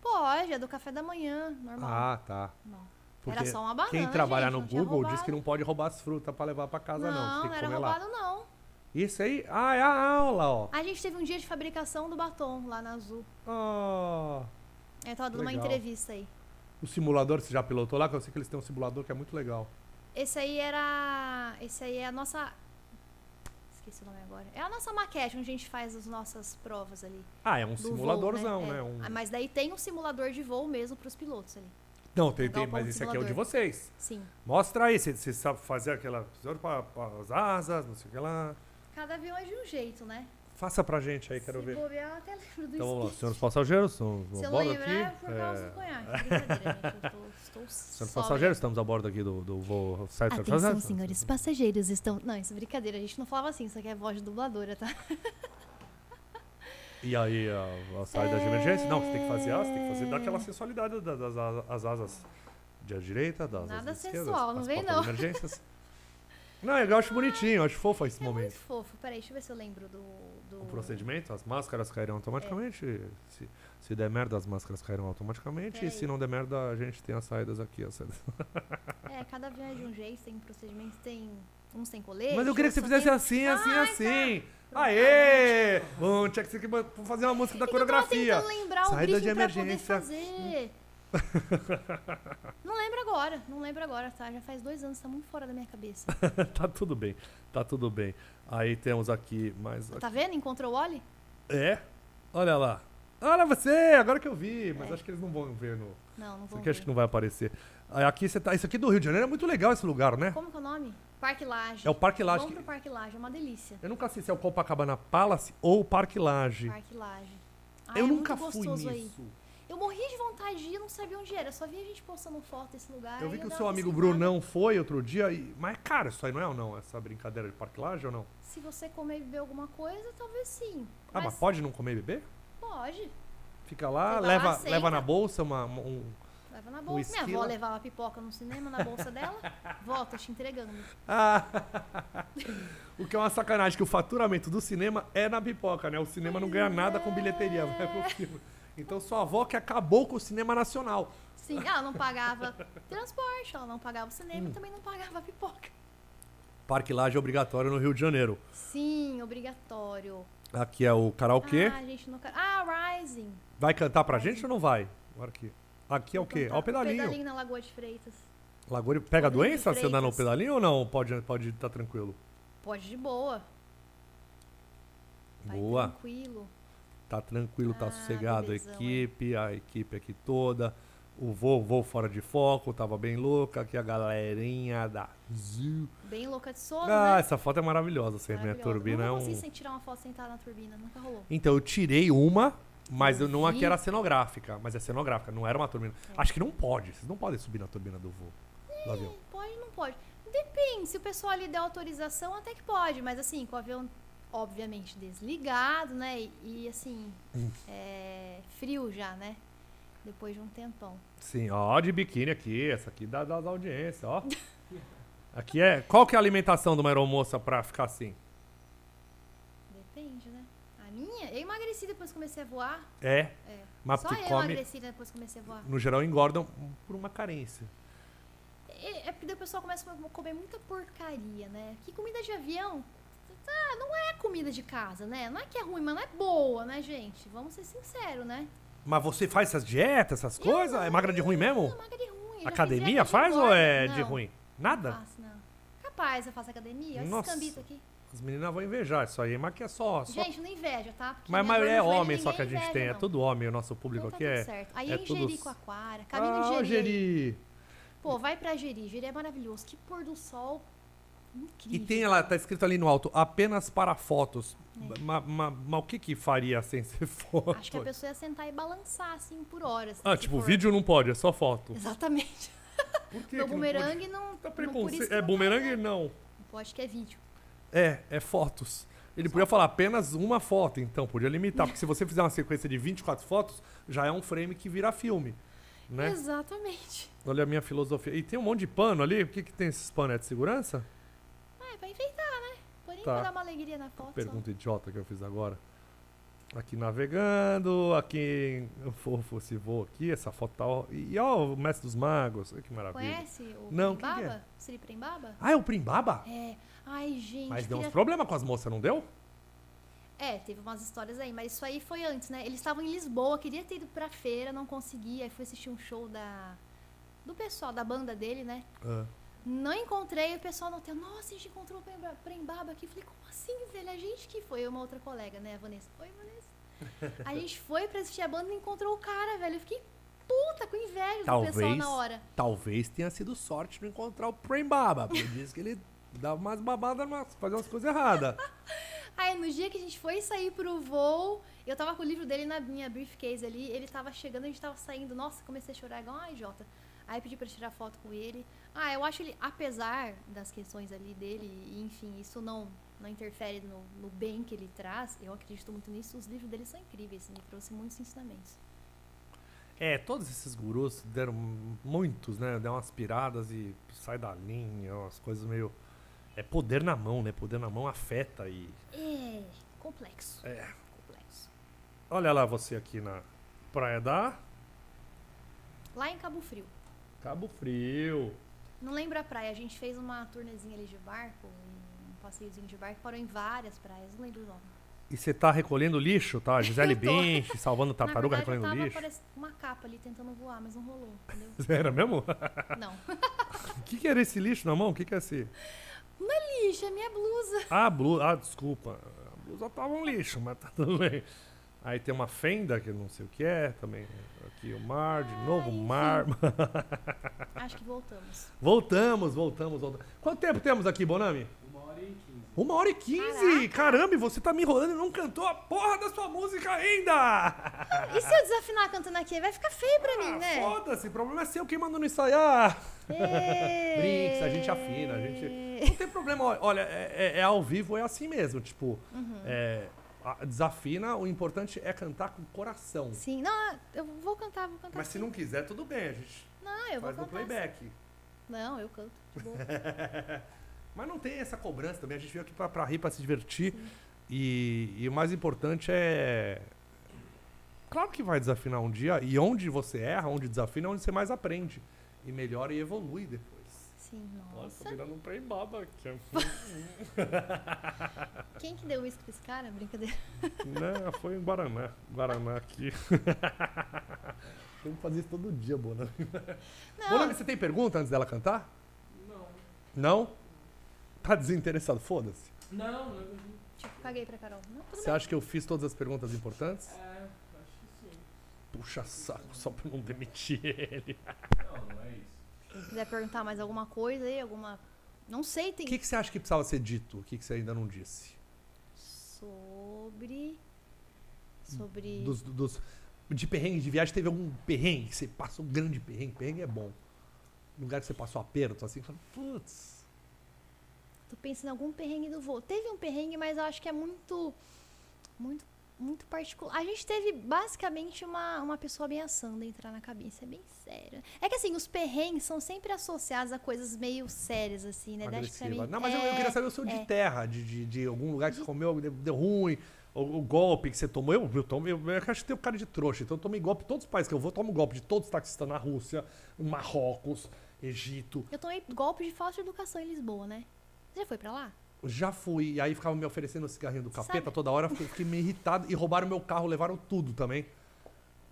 Pode, é do café da manhã, normal. Ah, tá. normal. Porque Era só uma banana. quem trabalhar gente, no não tinha Google diz roubado. que não pode roubar as frutas pra levar pra casa, não. Você tem que era comer lá. roubado, não. Isso aí. Ah, é a aula, ó. A gente teve um dia de fabricação do batom lá na Azul. Ó. Eu tava dando uma Legal. entrevista aí. O simulador, você já pilotou lá? Que eu sei que eles têm um simulador que é muito legal. Esse aí era. Esse aí é a nossa. Esqueci o nome agora. É a nossa maquete onde a gente faz as nossas provas ali. Ah, é um do voo, simuladorzão, né? É. Um- Ah, Mas daí tem um simulador de voo mesmo pros pilotos ali. Não, tem, Legal, tem, mas bom esse aqui é o de um simulador. vocês. Sim. Mostra aí, você- você sabe fazer aquela. Pra, pra, as asas, não sei o que lá. Cada avião é de um jeito, né? Faça pra gente aí, quero Se ver. bobear, eu até lembro do Então vamos lá, skate. senhores passageiros, estamos Se a eu não bordo lembrar, é aqui. por causa É, do conhaque. Brincadeira, gente. Eu tô, estou Senhores sóbria. passageiros, estamos a bordo aqui do, do voo 737. Atenção, senhores passageiros, estão... Não, isso é brincadeira, a gente não falava assim, isso aqui é voz de dubladora, tá? E aí, a, a saída de emergência? Não, você tem que fazer asas, tem que fazer É. daquela sensualidade das, das, asas- as asas da direita, das Nada asas da esquerda, sensual, as não vem, portas de não. Emergências. Não, eu acho bonitinho, eu acho fofo esse É muito Um momento. fofo. Peraí, deixa eu ver se eu lembro do... do... O procedimento, as máscaras cairão automaticamente. É. Se, se der merda, as máscaras cairão automaticamente. E Peraí. se não der merda, a gente tem as saídas aqui. As saídas. É, cada avião é de um jeito, tem procedimento, tem... Uns tem colete... Mas eu queria que você outros só fizesse assim, assim, Ah, assim. Aê! Bom, tinha que ser que vou fazer uma música da tem... É que eu tava coreografia. tentando lembrar o Saída de briefing pra poder emergência. fazer. não lembro agora, não lembro agora, tá? Já faz dois anos, tá muito fora da minha cabeça. [laughs] tá tudo bem, tá tudo bem. Aí temos aqui mais. tá vendo? Encontrou o Oli? É? Olha lá. Olha você, agora que eu vi, mas acho que eles não vão ver no. Não, não Isso vou aqui acho que É. ver. não vai aparecer. Aí Aqui você tá. Isso aqui do Rio de Janeiro é muito legal esse lugar, né? Como que é o nome? Parque Laje. É o Parque Laje. Vamos pro Parque Laje, é uma delícia. Eu nunca sei se é o Copacabana Palace ou o Parque Laje. Parque Laje. Ah, eu é nunca muito fui nisso. gostoso aí. Eu morria de vontade de ir, não sabia onde era. Só via gente postando foto desse lugar. assim, é Eu vi aí que o dava seu uma amigo pesquisada. Brunão foi outro dia e. Mas é caro isso aí, não é ou não? Essa brincadeira de Parque Laje ou não? Se você comer e beber alguma coisa, talvez sim. Ah, mas pode não comer e beber? pode. Fica lá, Você vai lá, leva, aceita. leva na bolsa uma, uma- um. Leva na bolsa. Minha esquilo. avó levava pipoca no cinema, na bolsa dela. Vó, tô te entregando. Ah, [laughs] o que é uma sacanagem, que o faturamento do cinema é na pipoca, né? O cinema não ganha nada com bilheteria, vai pro filme. Então sua avó que acabou com o cinema nacional. Sim, ela não pagava transporte, ela não pagava o Hum. cinema e também não pagava pipoca. Parque Laje é obrigatório no Rio de Janeiro. Sim, obrigatório. Aqui é o karaokê. Ah, gente, não... Ah, Rising. Vai cantar pra gente ou não vai? Agora aqui. Aqui é o Vou quê? cantar. Ó o pedalinho. Pedalinho na Lagoa de Freitas. Lagoa de... Pega Rodrigo doença se andar no Freitas. pedalinho ou não? Pode, pode estar tranquilo. Pode de boa. Vai Boa. tranquilo. Tá tranquilo, tá Ah, sossegado a belezão, hein? equipe, a equipe aqui toda. O voo, voo fora de foco, tava bem louca. Aqui a galerinha da Zoo. Bem louca de sono, Ah, né? essa foto é maravilhosa, sem minha Maravilhosa. turbina é Nunca um. consegui sem tirar uma foto sentada na turbina, nunca rolou. Então, eu tirei uma, mas eu não a que vi. É. era cenográfica, mas é cenográfica, não era uma turbina. Acho que não pode, vocês não podem subir na turbina do voo. Do avião. Pode, não pode. Depende, se o pessoal ali der autorização, até que pode, mas assim, com o avião, obviamente, desligado, né? E, e, assim, Hum. é, frio já, né? Depois de um tempão. Sim, ó, de biquíni aqui, essa aqui dá da audiência, ó. Aqui é. Qual que é a alimentação de uma aeromoça pra ficar assim? Depende, né? A minha, eu emagreci depois que comecei a voar. É, É. mas Só porque eu come. emagreci né, depois que comecei a voar. No geral, engordam por uma carência. É é porque daí o pessoal começa a comer- comer muita porcaria, né? Que comida de avião. Ah, não é comida de casa, né? Não é que é ruim, mas não é boa, né, gente? Vamos ser sinceros, né? Mas você faz essas dietas, essas Eu coisas? não- É magra de ruim mesmo? Não, magra de ruim. Eu já fiz dieta Academia de faz ou engorda. Ah. é de Não, ruim? Não Nada? faço, não. Capaz, eu faço academia. Olha Nossa. esses cambitos aqui. As meninas vão invejar isso aí, mas que é só. só- Gente, não inveja, tá? Porque Mas a minha dor maioria é no joelho homem só ninguém que a gente inveja, tem. É não. tudo homem o nosso público Então tá aqui. tudo é... certo. Aí é é Jericoacoara, tudo- Caminho ah, de Jeri. aí. Geri. Pô, vai pra Jeri. Jeri é maravilhoso. Que pôr do sol incrível. E tem lá, tá escrito ali no alto, apenas para fotos. Mas ma, ma, o que que faria sem ser [laughs] foto? É. Acho que a pessoa ia sentar e balançar, assim, por horas. Ah, se tipo, for- vídeo não pode, é só foto. Exatamente. Por que que No não pode? bumerangue não. Tá não- por preconce... isso que É não bumerangue? dá, né? Não. Pode que é vídeo. É, é fotos. Ele podia falar apenas uma foto, então podia limitar, porque se você fizer uma sequência de 24 fotos, já é um frame que vira filme, né? Exatamente. [laughs] Olha a minha filosofia. E tem um monte de pano ali, o que que tem esses panos? É de segurança? Ah, é pra enfeitar, né? Porém, Tá. pra dar uma alegria na foto. só. Pergunta idiota que eu fiz agora. Aqui navegando, aqui em- fofo se vou aqui, essa foto tá. ó- E ó, o mestre dos magos, olha que maravilha. Conhece o Não, quem que é? Primbaba? Sri Primbaba? Ah, é o Primbaba? É. Ai, gente. Mas deu queria- uns problemas com as moças, não deu? É, teve umas histórias aí, mas isso aí foi antes, né? Eles estavam em Lisboa, queria ter ido pra feira, não consegui. Aí fui assistir um show da. Do pessoal, da banda dele, né? Não encontrei, o pessoal no hotel, nossa, a gente encontrou o Prembaba- Prembaba aqui. Falei, como assim, velho? A gente que foi, eu e uma outra colega, né, a Vanessa? Oi, Vanessa. [laughs] A gente foi pra assistir a banda e encontrou o cara, velho. Eu fiquei puta com inveja do pessoal Talvez. na hora. Talvez tenha sido sorte não encontrar o Primbaba. Porque diz que ele dava umas babadas, mas fazia umas coisas erradas. Aí no dia que a gente foi sair pro voo, eu tava com o livro dele na minha briefcase ali, ele tava chegando, a gente tava saindo, nossa, comecei a chorar igual uma idiota. Aí pedi pra tirar foto com ele. Ah, eu acho ele, apesar das questões ali dele, e, enfim, isso não, não interfere no, no bem que ele traz, eu acredito muito nisso, os livros dele são incríveis, me trouxe muitos ensinamentos. É, todos esses gurus deram muitos, né? Deram umas piradas e sai da linha, umas coisas meio. É poder na mão, né? Poder na mão afeta e. É, complexo. É. Complexo. Olha lá você aqui na Praia da Lá em Cabo Frio. Cabo Frio. Não lembro a praia, a gente fez uma turnezinha ali de barco, um passeiozinho de barco, parou em várias praias, não lembro o nome. E você tá recolhendo lixo, [laughs] tá? Gisele Eu tô. Binch, salvando tartaruga, Na verdade, eu recolhendo tava lixo. parec- uma capa ali tentando voar, mas não rolou, [laughs] entendeu? Era mesmo? Não. O que, que era esse lixo na mão? O que, que é esse? Não é lixo, é minha blusa. Ah, blusa. Ah, desculpa. A blusa tava um lixo, mas tá tudo bem. Aí tem uma fenda que eu não sei o que é também. Aqui o mar, de novo, enfim. mar. Acho que voltamos. [laughs] Voltamos, voltamos, voltamos. Quanto tempo temos aqui, Bonami? Uma hora e quinze. Uma hora e quinze? Caramba, e você tá me enrolando e não cantou a porra da sua música ainda! E se eu desafinar cantando aqui? Vai ficar feio [laughs] pra mim, né? Foda-se, o problema é seu, quem mandou não ensaiar. Brinks, Brinks, a gente afina, a gente. Não tem problema, ó- olha, é, é- é ao vivo, é assim mesmo. Tipo, é, a- desafina, o importante é cantar com o coração. Sim, não, eu vou cantar, vou cantar. Mas se sim. não quiser, tudo bem, a gente Não, eu vou faz no cantar. playback. sim. Não, eu canto. de [laughs] boa. Mas não tem essa cobrança também, a gente veio aqui pra, pra rir, pra se divertir. E, e o mais importante é. Claro que vai desafinar um dia, e onde você erra, onde desafina, é onde você mais aprende. E melhora e evolui depois. Sim, Nossa, nossa. tô virando um preimbaba aqui. Quem que deu isso pra esse cara? [laughs] Né, Brincadeira. Não, foi um Guaraná. Guaraná aqui. [laughs] Tem que fazer isso todo dia, Bonami. Bonami, Não, você tem pergunta antes dela cantar? Não. Não? Tá desinteressado, foda-se. Não, não. tipo, caguei pra Carol. Não, tudo Você acha que eu fiz todas as perguntas importantes? Puxa saco, só pra eu não demitir ele. bem. quiser perguntar mais alguma coisa aí, alguma. Não sei, tem. O que, que você acha que precisava ser dito? O que, que você ainda não disse? Sobre. Sobre. Dos, dos- de perrengue de viagem, teve algum perrengue? que Você passou um grande perrengue? Perrengue é bom. Lugar que você passou aperto, assim, que você fala, putz. Tô pensando em algum perrengue do voo. Teve um perrengue, mas eu acho que é muito. Muito, muito particular. A gente teve basicamente uma, uma pessoa ameaçando entrar na cabine. Isso é bem sério. É que assim, os perrengues são sempre associados a coisas meio sérias, assim, né? Daí acho que pra agressiva. mim Não, mas eu, eu é- queria saber o seu de é. terra, de, de, de algum lugar que você comeu, deu, deu ruim, o, o golpe que você tomou. Eu, eu, tomei, eu acho que tenho cara de trouxa, então eu tomei golpe em todos os países que eu vou, eu tomo golpe de todos os taxistas na Rússia, Marrocos, Egito. Eu tomei golpe de falsa educação em Lisboa, né? Você já foi pra lá? Eu Já fui, e aí ficavam me oferecendo o cigarrinho do capeta Sabe- toda hora, eu fiquei, fiquei meio irritado. E roubaram meu carro, levaram tudo também.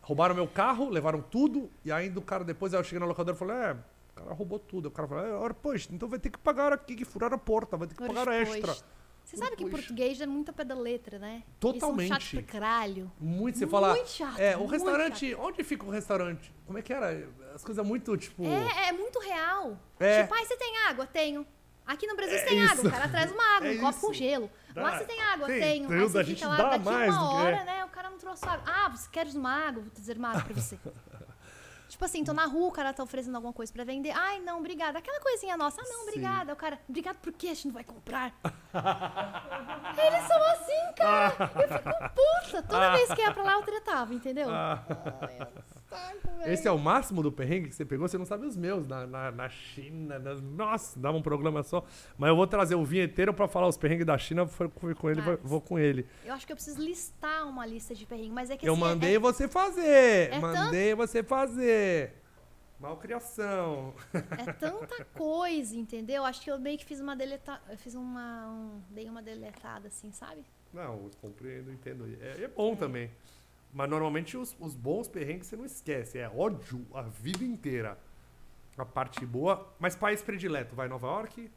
Roubaram meu carro, levaram tudo, e ainda o cara depois, aí eu cheguei na locadora e falei, é, o cara roubou tudo. O cara falou, é, ora, pois, então vai ter que pagar aqui, que furaram a porta, vai ter que Ora, pagar pois. extra. Você sabe que Pois. português é muito a pé da letra, né? Totalmente. Eles são chatos pra caralho. Muito, você fala. Muito chato, é, o muito restaurante. Onde fica o restaurante? Como é que era? As coisas muito, tipo. É, é muito real. É. Tipo, ai, você tem água? Tenho. Aqui no Brasil você tem isso. água, o cara traz uma [laughs] água, É um copo isso. com gelo. Lá Dá. você tem água, Tem, tenho. tem, Aí a você gente fica lá, dá daqui mais do uma que hora, é. né? O cara não trouxe água. Ah, você quer uma água? Vou trazer uma água pra [laughs] você. tipo assim, tô na rua, o cara tá oferecendo alguma coisa pra vender. Ai, não, obrigada. Aquela coisinha nossa. Ah, não, Sim. obrigada. Aí O cara, obrigado por quê? A gente não [laughs] vai comprar. Eles são assim, cara. Eu fico puta. Toda vez que ia pra lá, eu tretava, entendeu? Ah. Ai, eu saco, velho. Esse é o máximo do perrengue que você pegou, você não sabe os meus. Na, na, na China, na- nossa, dava um programa só. Mas eu vou trazer o vinheteiro pra falar os perrengues da China, foi fui com ele, Ah, vou, vou com ele. Eu acho que eu preciso listar uma lista de perrengue, mas é que Eu assim, é- mandei você fazer! é mandei você fazer! Malcriação. é, é tanta coisa, entendeu? Acho que eu meio que fiz uma deletada. Eu fiz uma. um- dei uma deletada, assim, sabe? Não, eu compreendo, entendo. É, é Hum. bom também. Mas normalmente os, os bons perrengues você não esquece. É ódio a vida inteira. A parte boa. Mas país predileto, vai Nova York?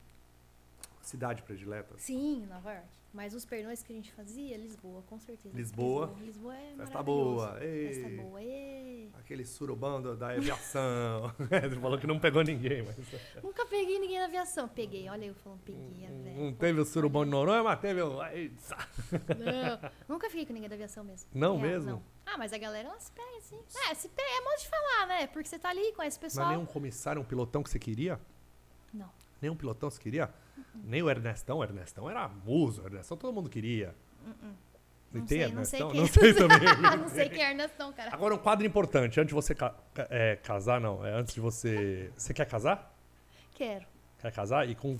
Cidade predileta. Sim, Nova York. Mas os pernões que a gente fazia, Lisboa, com certeza. Lisboa. Lisboa, Lisboa é Festa maravilhoso. boa. Ei. Festa boa. ê. Aquele surubão do- da aviação. [laughs] você falou que não pegou ninguém, mas. Nunca peguei ninguém na aviação. Peguei, olha eu falando, peguei, é velho. Não teve o surubão de Noronha, mas teve o. Ai, sa- Não, nunca fiquei com ninguém da aviação mesmo. Não Real, mesmo? Ah, mas a galera, ela se pega assim. É, se pega, é modo de falar, né? Porque você tá ali, conhece o Mas pessoal. nem um comissário, um pilotão que você queria? Não. [laughs] Nem um pilotão você queria? Nem o Ernestão. O Ernestão era muso. O Ernestão todo mundo queria. Nem Não tem sei, não sei Ernestão? quem- Não sei também. não sei quem é [laughs] Ernestão, cara. Agora, um quadro importante. Antes de você ca- ca- é, casar, não. É antes de você. Você quer casar? Quero. Quer casar? E com o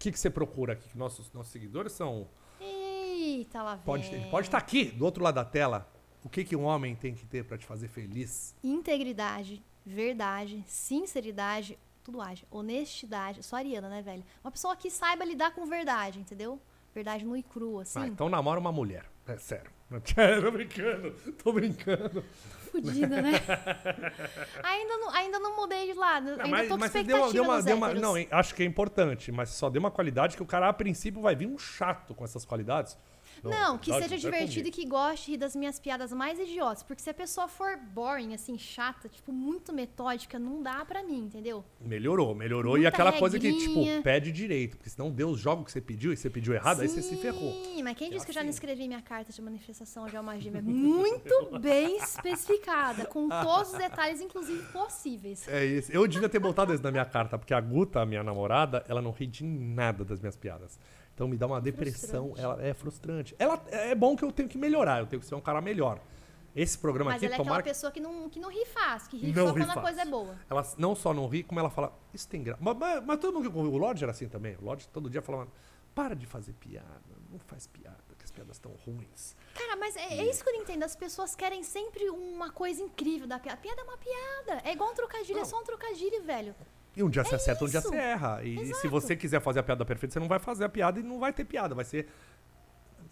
que, que você procura aqui? Que nossos, nossos seguidores são. Eita, lá vem. Pode, ele É. pode estar aqui, do outro lado da tela. O que, que um homem tem que ter pra te fazer feliz? Integridade, verdade, sinceridade, tudo age. Honestidade. Só a Ariana, né, velho? Uma pessoa que saiba lidar com verdade, entendeu? Verdade nua e crua, assim. Ah, então namora uma mulher. É sério. [laughs] Não quero, tô brincando. Tô brincando. Fudida, né? [laughs] ainda, não, ainda não mudei de lado. ainda mas tô com mas você deu, expectativa deu uma. nos Deu uma héteros. não, hein, acho que é importante, mas só deu uma qualidade que o cara, a princípio, vai vir um chato com essas qualidades. Não, que verdade, seja não é divertido e que goste das minhas piadas mais idiotas. Porque se a pessoa for boring, assim, chata, tipo, muito metódica, não dá pra mim, entendeu? Melhorou, melhorou. e Muita aquela coisa que, tipo, regrinha. pede direito. Porque senão Deus joga o que você pediu e você pediu errado, aí Ah, você se ferrou. Sim, mas quem disse que eu já não assim. escrevi minha carta de manifestação de alma gêmea? [laughs] Muito bem especificada, com todos os detalhes, inclusive possíveis. É isso. Eu devia ter botado isso na minha carta, porque a Guta, a minha namorada, ela não ri de nada das minhas piadas. Então me dá uma depressão, ela é frustrante. Ela é bom que eu tenho que melhorar, eu tenho que ser um cara melhor. Esse programa Mas aqui, ela é aquela tomara que pessoa que não, que não ri fácil, que ri Não só ri quando a fácil. coisa é boa. Ela não só não ri, como ela fala, isso tem graça. Mas, mas- mas todo mundo que convive, o Lodge era assim também. O Lodge todo dia falava, para de fazer piada, não faz piada, que as piadas estão ruins. Cara, mas é, é isso que eu não entendo. As pessoas querem sempre uma coisa incrível da piada. Piada é uma piada. É igual um trocadilho, é só um trocadilho, velho. E um dia você acerta, um dia É isso. você erra. E se Exato. você quiser fazer a piada perfeita, você não vai fazer a piada e [laughs] não vai ter piada, vai ser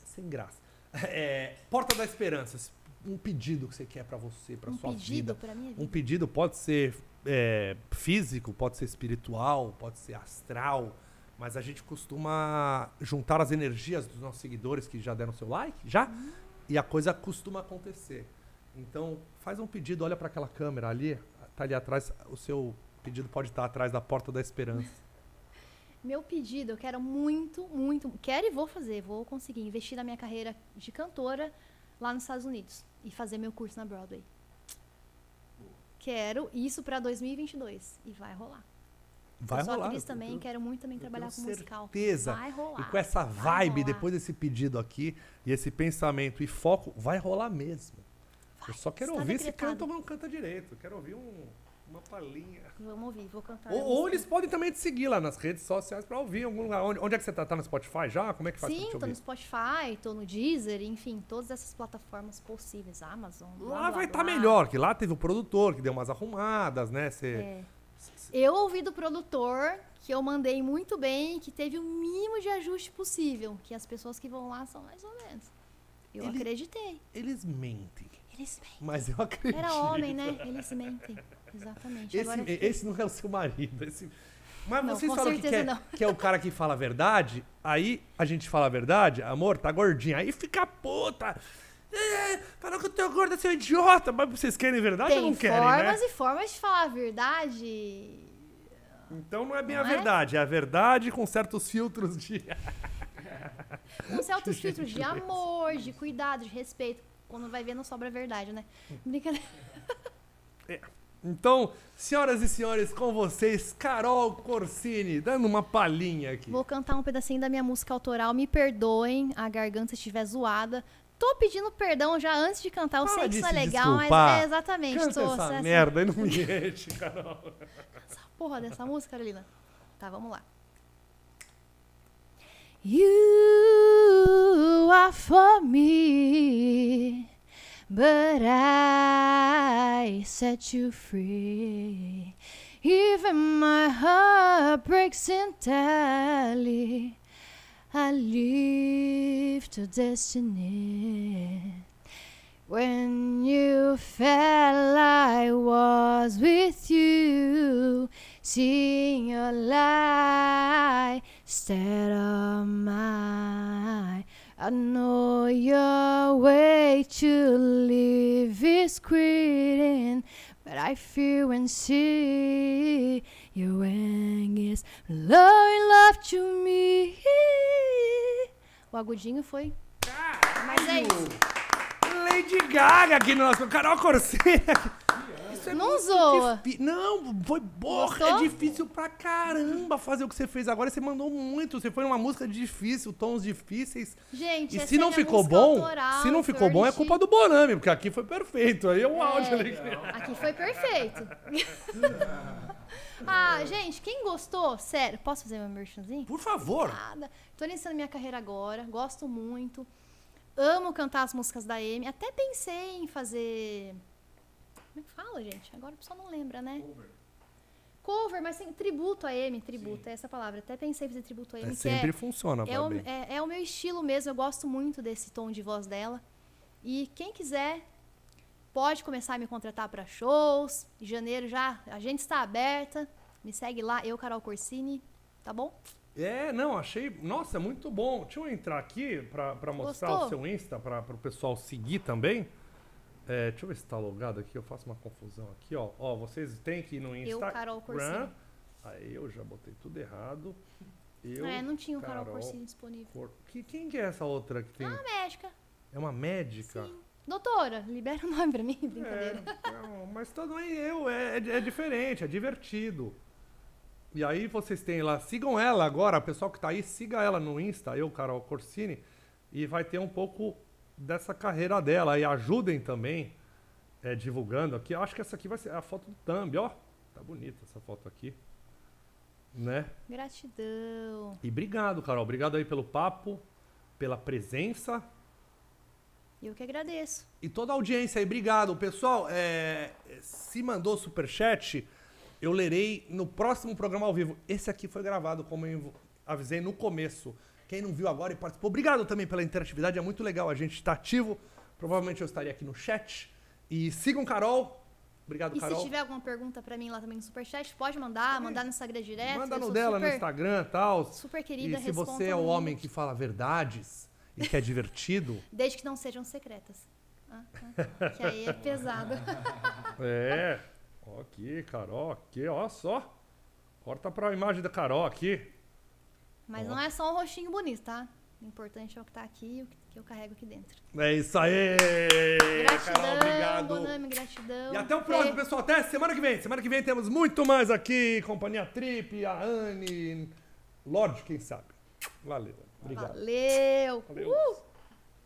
sem graça. É, Porta da Esperança. um pedido que você quer pra você, pra um sua pedido vida. pra minha Um vida. pedido pode ser é, físico, pode ser espiritual, pode ser astral, mas a gente costuma juntar as energias dos nossos seguidores que já deram seu like, já, e a coisa costuma acontecer. Então, faz um pedido, olha para aquela câmera ali, tá ali atrás, o seu pedido pode estar atrás da porta da esperança. Meu pedido, eu quero muito, muito. Quero e vou fazer, vou conseguir investir na minha carreira de cantora lá nos Estados Unidos e fazer meu curso na Broadway. Quero isso pra 2022 e vai rolar. Vai eu sou rolar. né? atriz eu também, tenho- quero muito também trabalhar com tenho musical. certeza. Vai rolar. E com essa vai vibe, rolar. depois desse pedido aqui, e esse pensamento e foco, vai rolar mesmo. Eu só quero está ouvir se um decretado. canta ou não canta direito. Quero ouvir um- uma palhinha. Vamos ouvir, vou cantar. Ou, a ou música. eles podem também te seguir lá nas redes sociais pra ouvir em algum lugar. Onde, onde é que você tá? Tá no Spotify já? Como é que faz pra Sim, te tô no ouvir? Spotify, tô no Deezer, enfim, todas essas plataformas possíveis, Amazon. blá, Lá blá, vai estar blá. melhor, que lá teve o produtor que deu umas arrumadas, né? Você É. Eu ouvi do produtor que eu mandei muito bem, que teve o mínimo de ajuste possível, que as pessoas que vão lá são mais ou menos. Eu Ele- acreditei. Eles mentem, Eles mentem. mas eu acredito. Era homem, né? Eles mentem. Exatamente. Esse, Agora eu [laughs] fiquei- esse não é o seu marido. esse- Mas Não, vocês com falam que, quer- certeza não. que é o cara que fala a verdade, aí a gente fala a verdade, amor, tá gordinho. Aí fica puta. É, falou que eu tô gorda, seu um idiota. Mas vocês querem verdade Tem ou não querem, né? formas e formas de falar a verdade. Então não é bem Não a é? verdade, é a verdade com certos filtros de. [laughs] Com certos filtros um de amor, de cuidado, de respeito. Quando vai ver, não sobra a verdade, né? Brincadeira. Então, senhoras e senhores, com vocês, Carol Corsini, dando uma palhinha aqui. Vou cantar um pedacinho da minha música autoral. Me perdoem, a garganta estiver zoada. Tô pedindo perdão já antes de cantar. Eu Para sei de que isso é se legal, mas desculpar. é exatamente. Canta tô- essa essa- merda e não me enche, Carol. porra dessa música, Carolina. Tá, vamos lá. You are for me, but I set you free. Even my heart breaks entirely. I leave to destiny. When you fell, I was with you, seeing your light instead of mine. I know your way to live is quitting, but I feel and see your anguish, blowing love to me. O agudinho foi. Mas é isso. Lady Gaga aqui no nosso. Carol Corsini. Isso é Não muito zoa. difí- Não, foi borra. É Gostou? difícil pra caramba fazer o que você fez agora. Você mandou muito. Você foi numa música difícil, tons difíceis. Gente, E essa se não é minha ficou música bom, autoral, se não ficou bom, é Fergie. culpa do Bonami, porque aqui foi perfeito. Aí é um áudio ali. que- Aqui foi perfeito. [laughs] ah, gente, quem gostou, sério, posso fazer meu merchanzinho? Por favor. Nada. Tô iniciando minha carreira agora, gosto muito. Amo cantar as músicas da Amy. Até pensei em fazer. Como é que fala, gente? Agora o pessoal não lembra, né? Cover. Cover, mas sim, tributo a Amy, tributo, é essa palavra. Até pensei em fazer tributo a Amy, É, que sempre é- funciona, é o, parabéns. é- é o meu estilo mesmo, eu gosto muito desse tom de voz dela. E quem quiser pode começar a me contratar para shows. Em janeiro já, a gente está aberta. Me segue lá, eu, Carol Corsini, tá bom? É, não, achei. Nossa, muito bom. Deixa eu entrar aqui pra, pra mostrar Gostou? o seu Insta, pra, pro pessoal seguir também. É, deixa eu ver se tá logado aqui, eu faço uma confusão aqui, ó. Ó, vocês têm que ir no Eu, Instagram. Carol Corsini. Aí eu já botei tudo errado. Eu. é, não tinha o Carol, Carol. Corsini disponível. Cor- Que, quem que é essa outra que tem? Médica, é uma médica? sim. Doutora, [laughs] libera o nome pra mim, É, brincadeira. não, mas todo é eu, é, é- é diferente, é divertido. E aí vocês têm lá, sigam ela agora, o pessoal que tá aí, siga ela no Insta, eu, Carol Corsini, e vai ter um pouco dessa carreira dela. E ajudem também, é, divulgando aqui. Eu acho que essa aqui vai ser a foto do Thumb, ó. Tá bonita essa foto aqui. Né? Gratidão. E obrigado, Carol. Obrigado aí pelo papo, pela presença. Eu que agradeço. E toda a audiência aí, obrigado. Pessoal, é, se mandou superchat, eu lerei no próximo programa ao vivo. Esse aqui foi gravado, como eu avisei no começo. Quem não viu agora e participou, obrigado também pela interatividade. É muito legal a gente estar ativo Provavelmente eu estaria aqui no chat. E sigam Carol. Obrigado, E Carol. se tiver alguma pergunta pra mim lá também no Superchat, pode mandar, mandar no Instagram direto. Manda eu no sou dela, super, no Instagram e tal. Super querida, E se respondo você é todo o mundo. homem que fala verdades e [laughs] que é divertido, Desde que não sejam secretas. Ah, [laughs] ah, que aí é pesado. Ah, É. Ó aqui, Carol, aqui, ó só. Corta pra imagem da Carol aqui. Mas não é só um rostinho bonito, tá? O importante é o que tá aqui e o que- que eu carrego aqui dentro. É isso aí! Gratidão, É. Carol, obrigado. Bonami, gratidão. E até o Fê. próximo, pessoal. Até semana que vem. Semana que vem temos muito mais aqui. Companhia Trip, a Anne, Lorde, quem sabe. Valeu. Obrigado. Valeu. Valeu. Uh!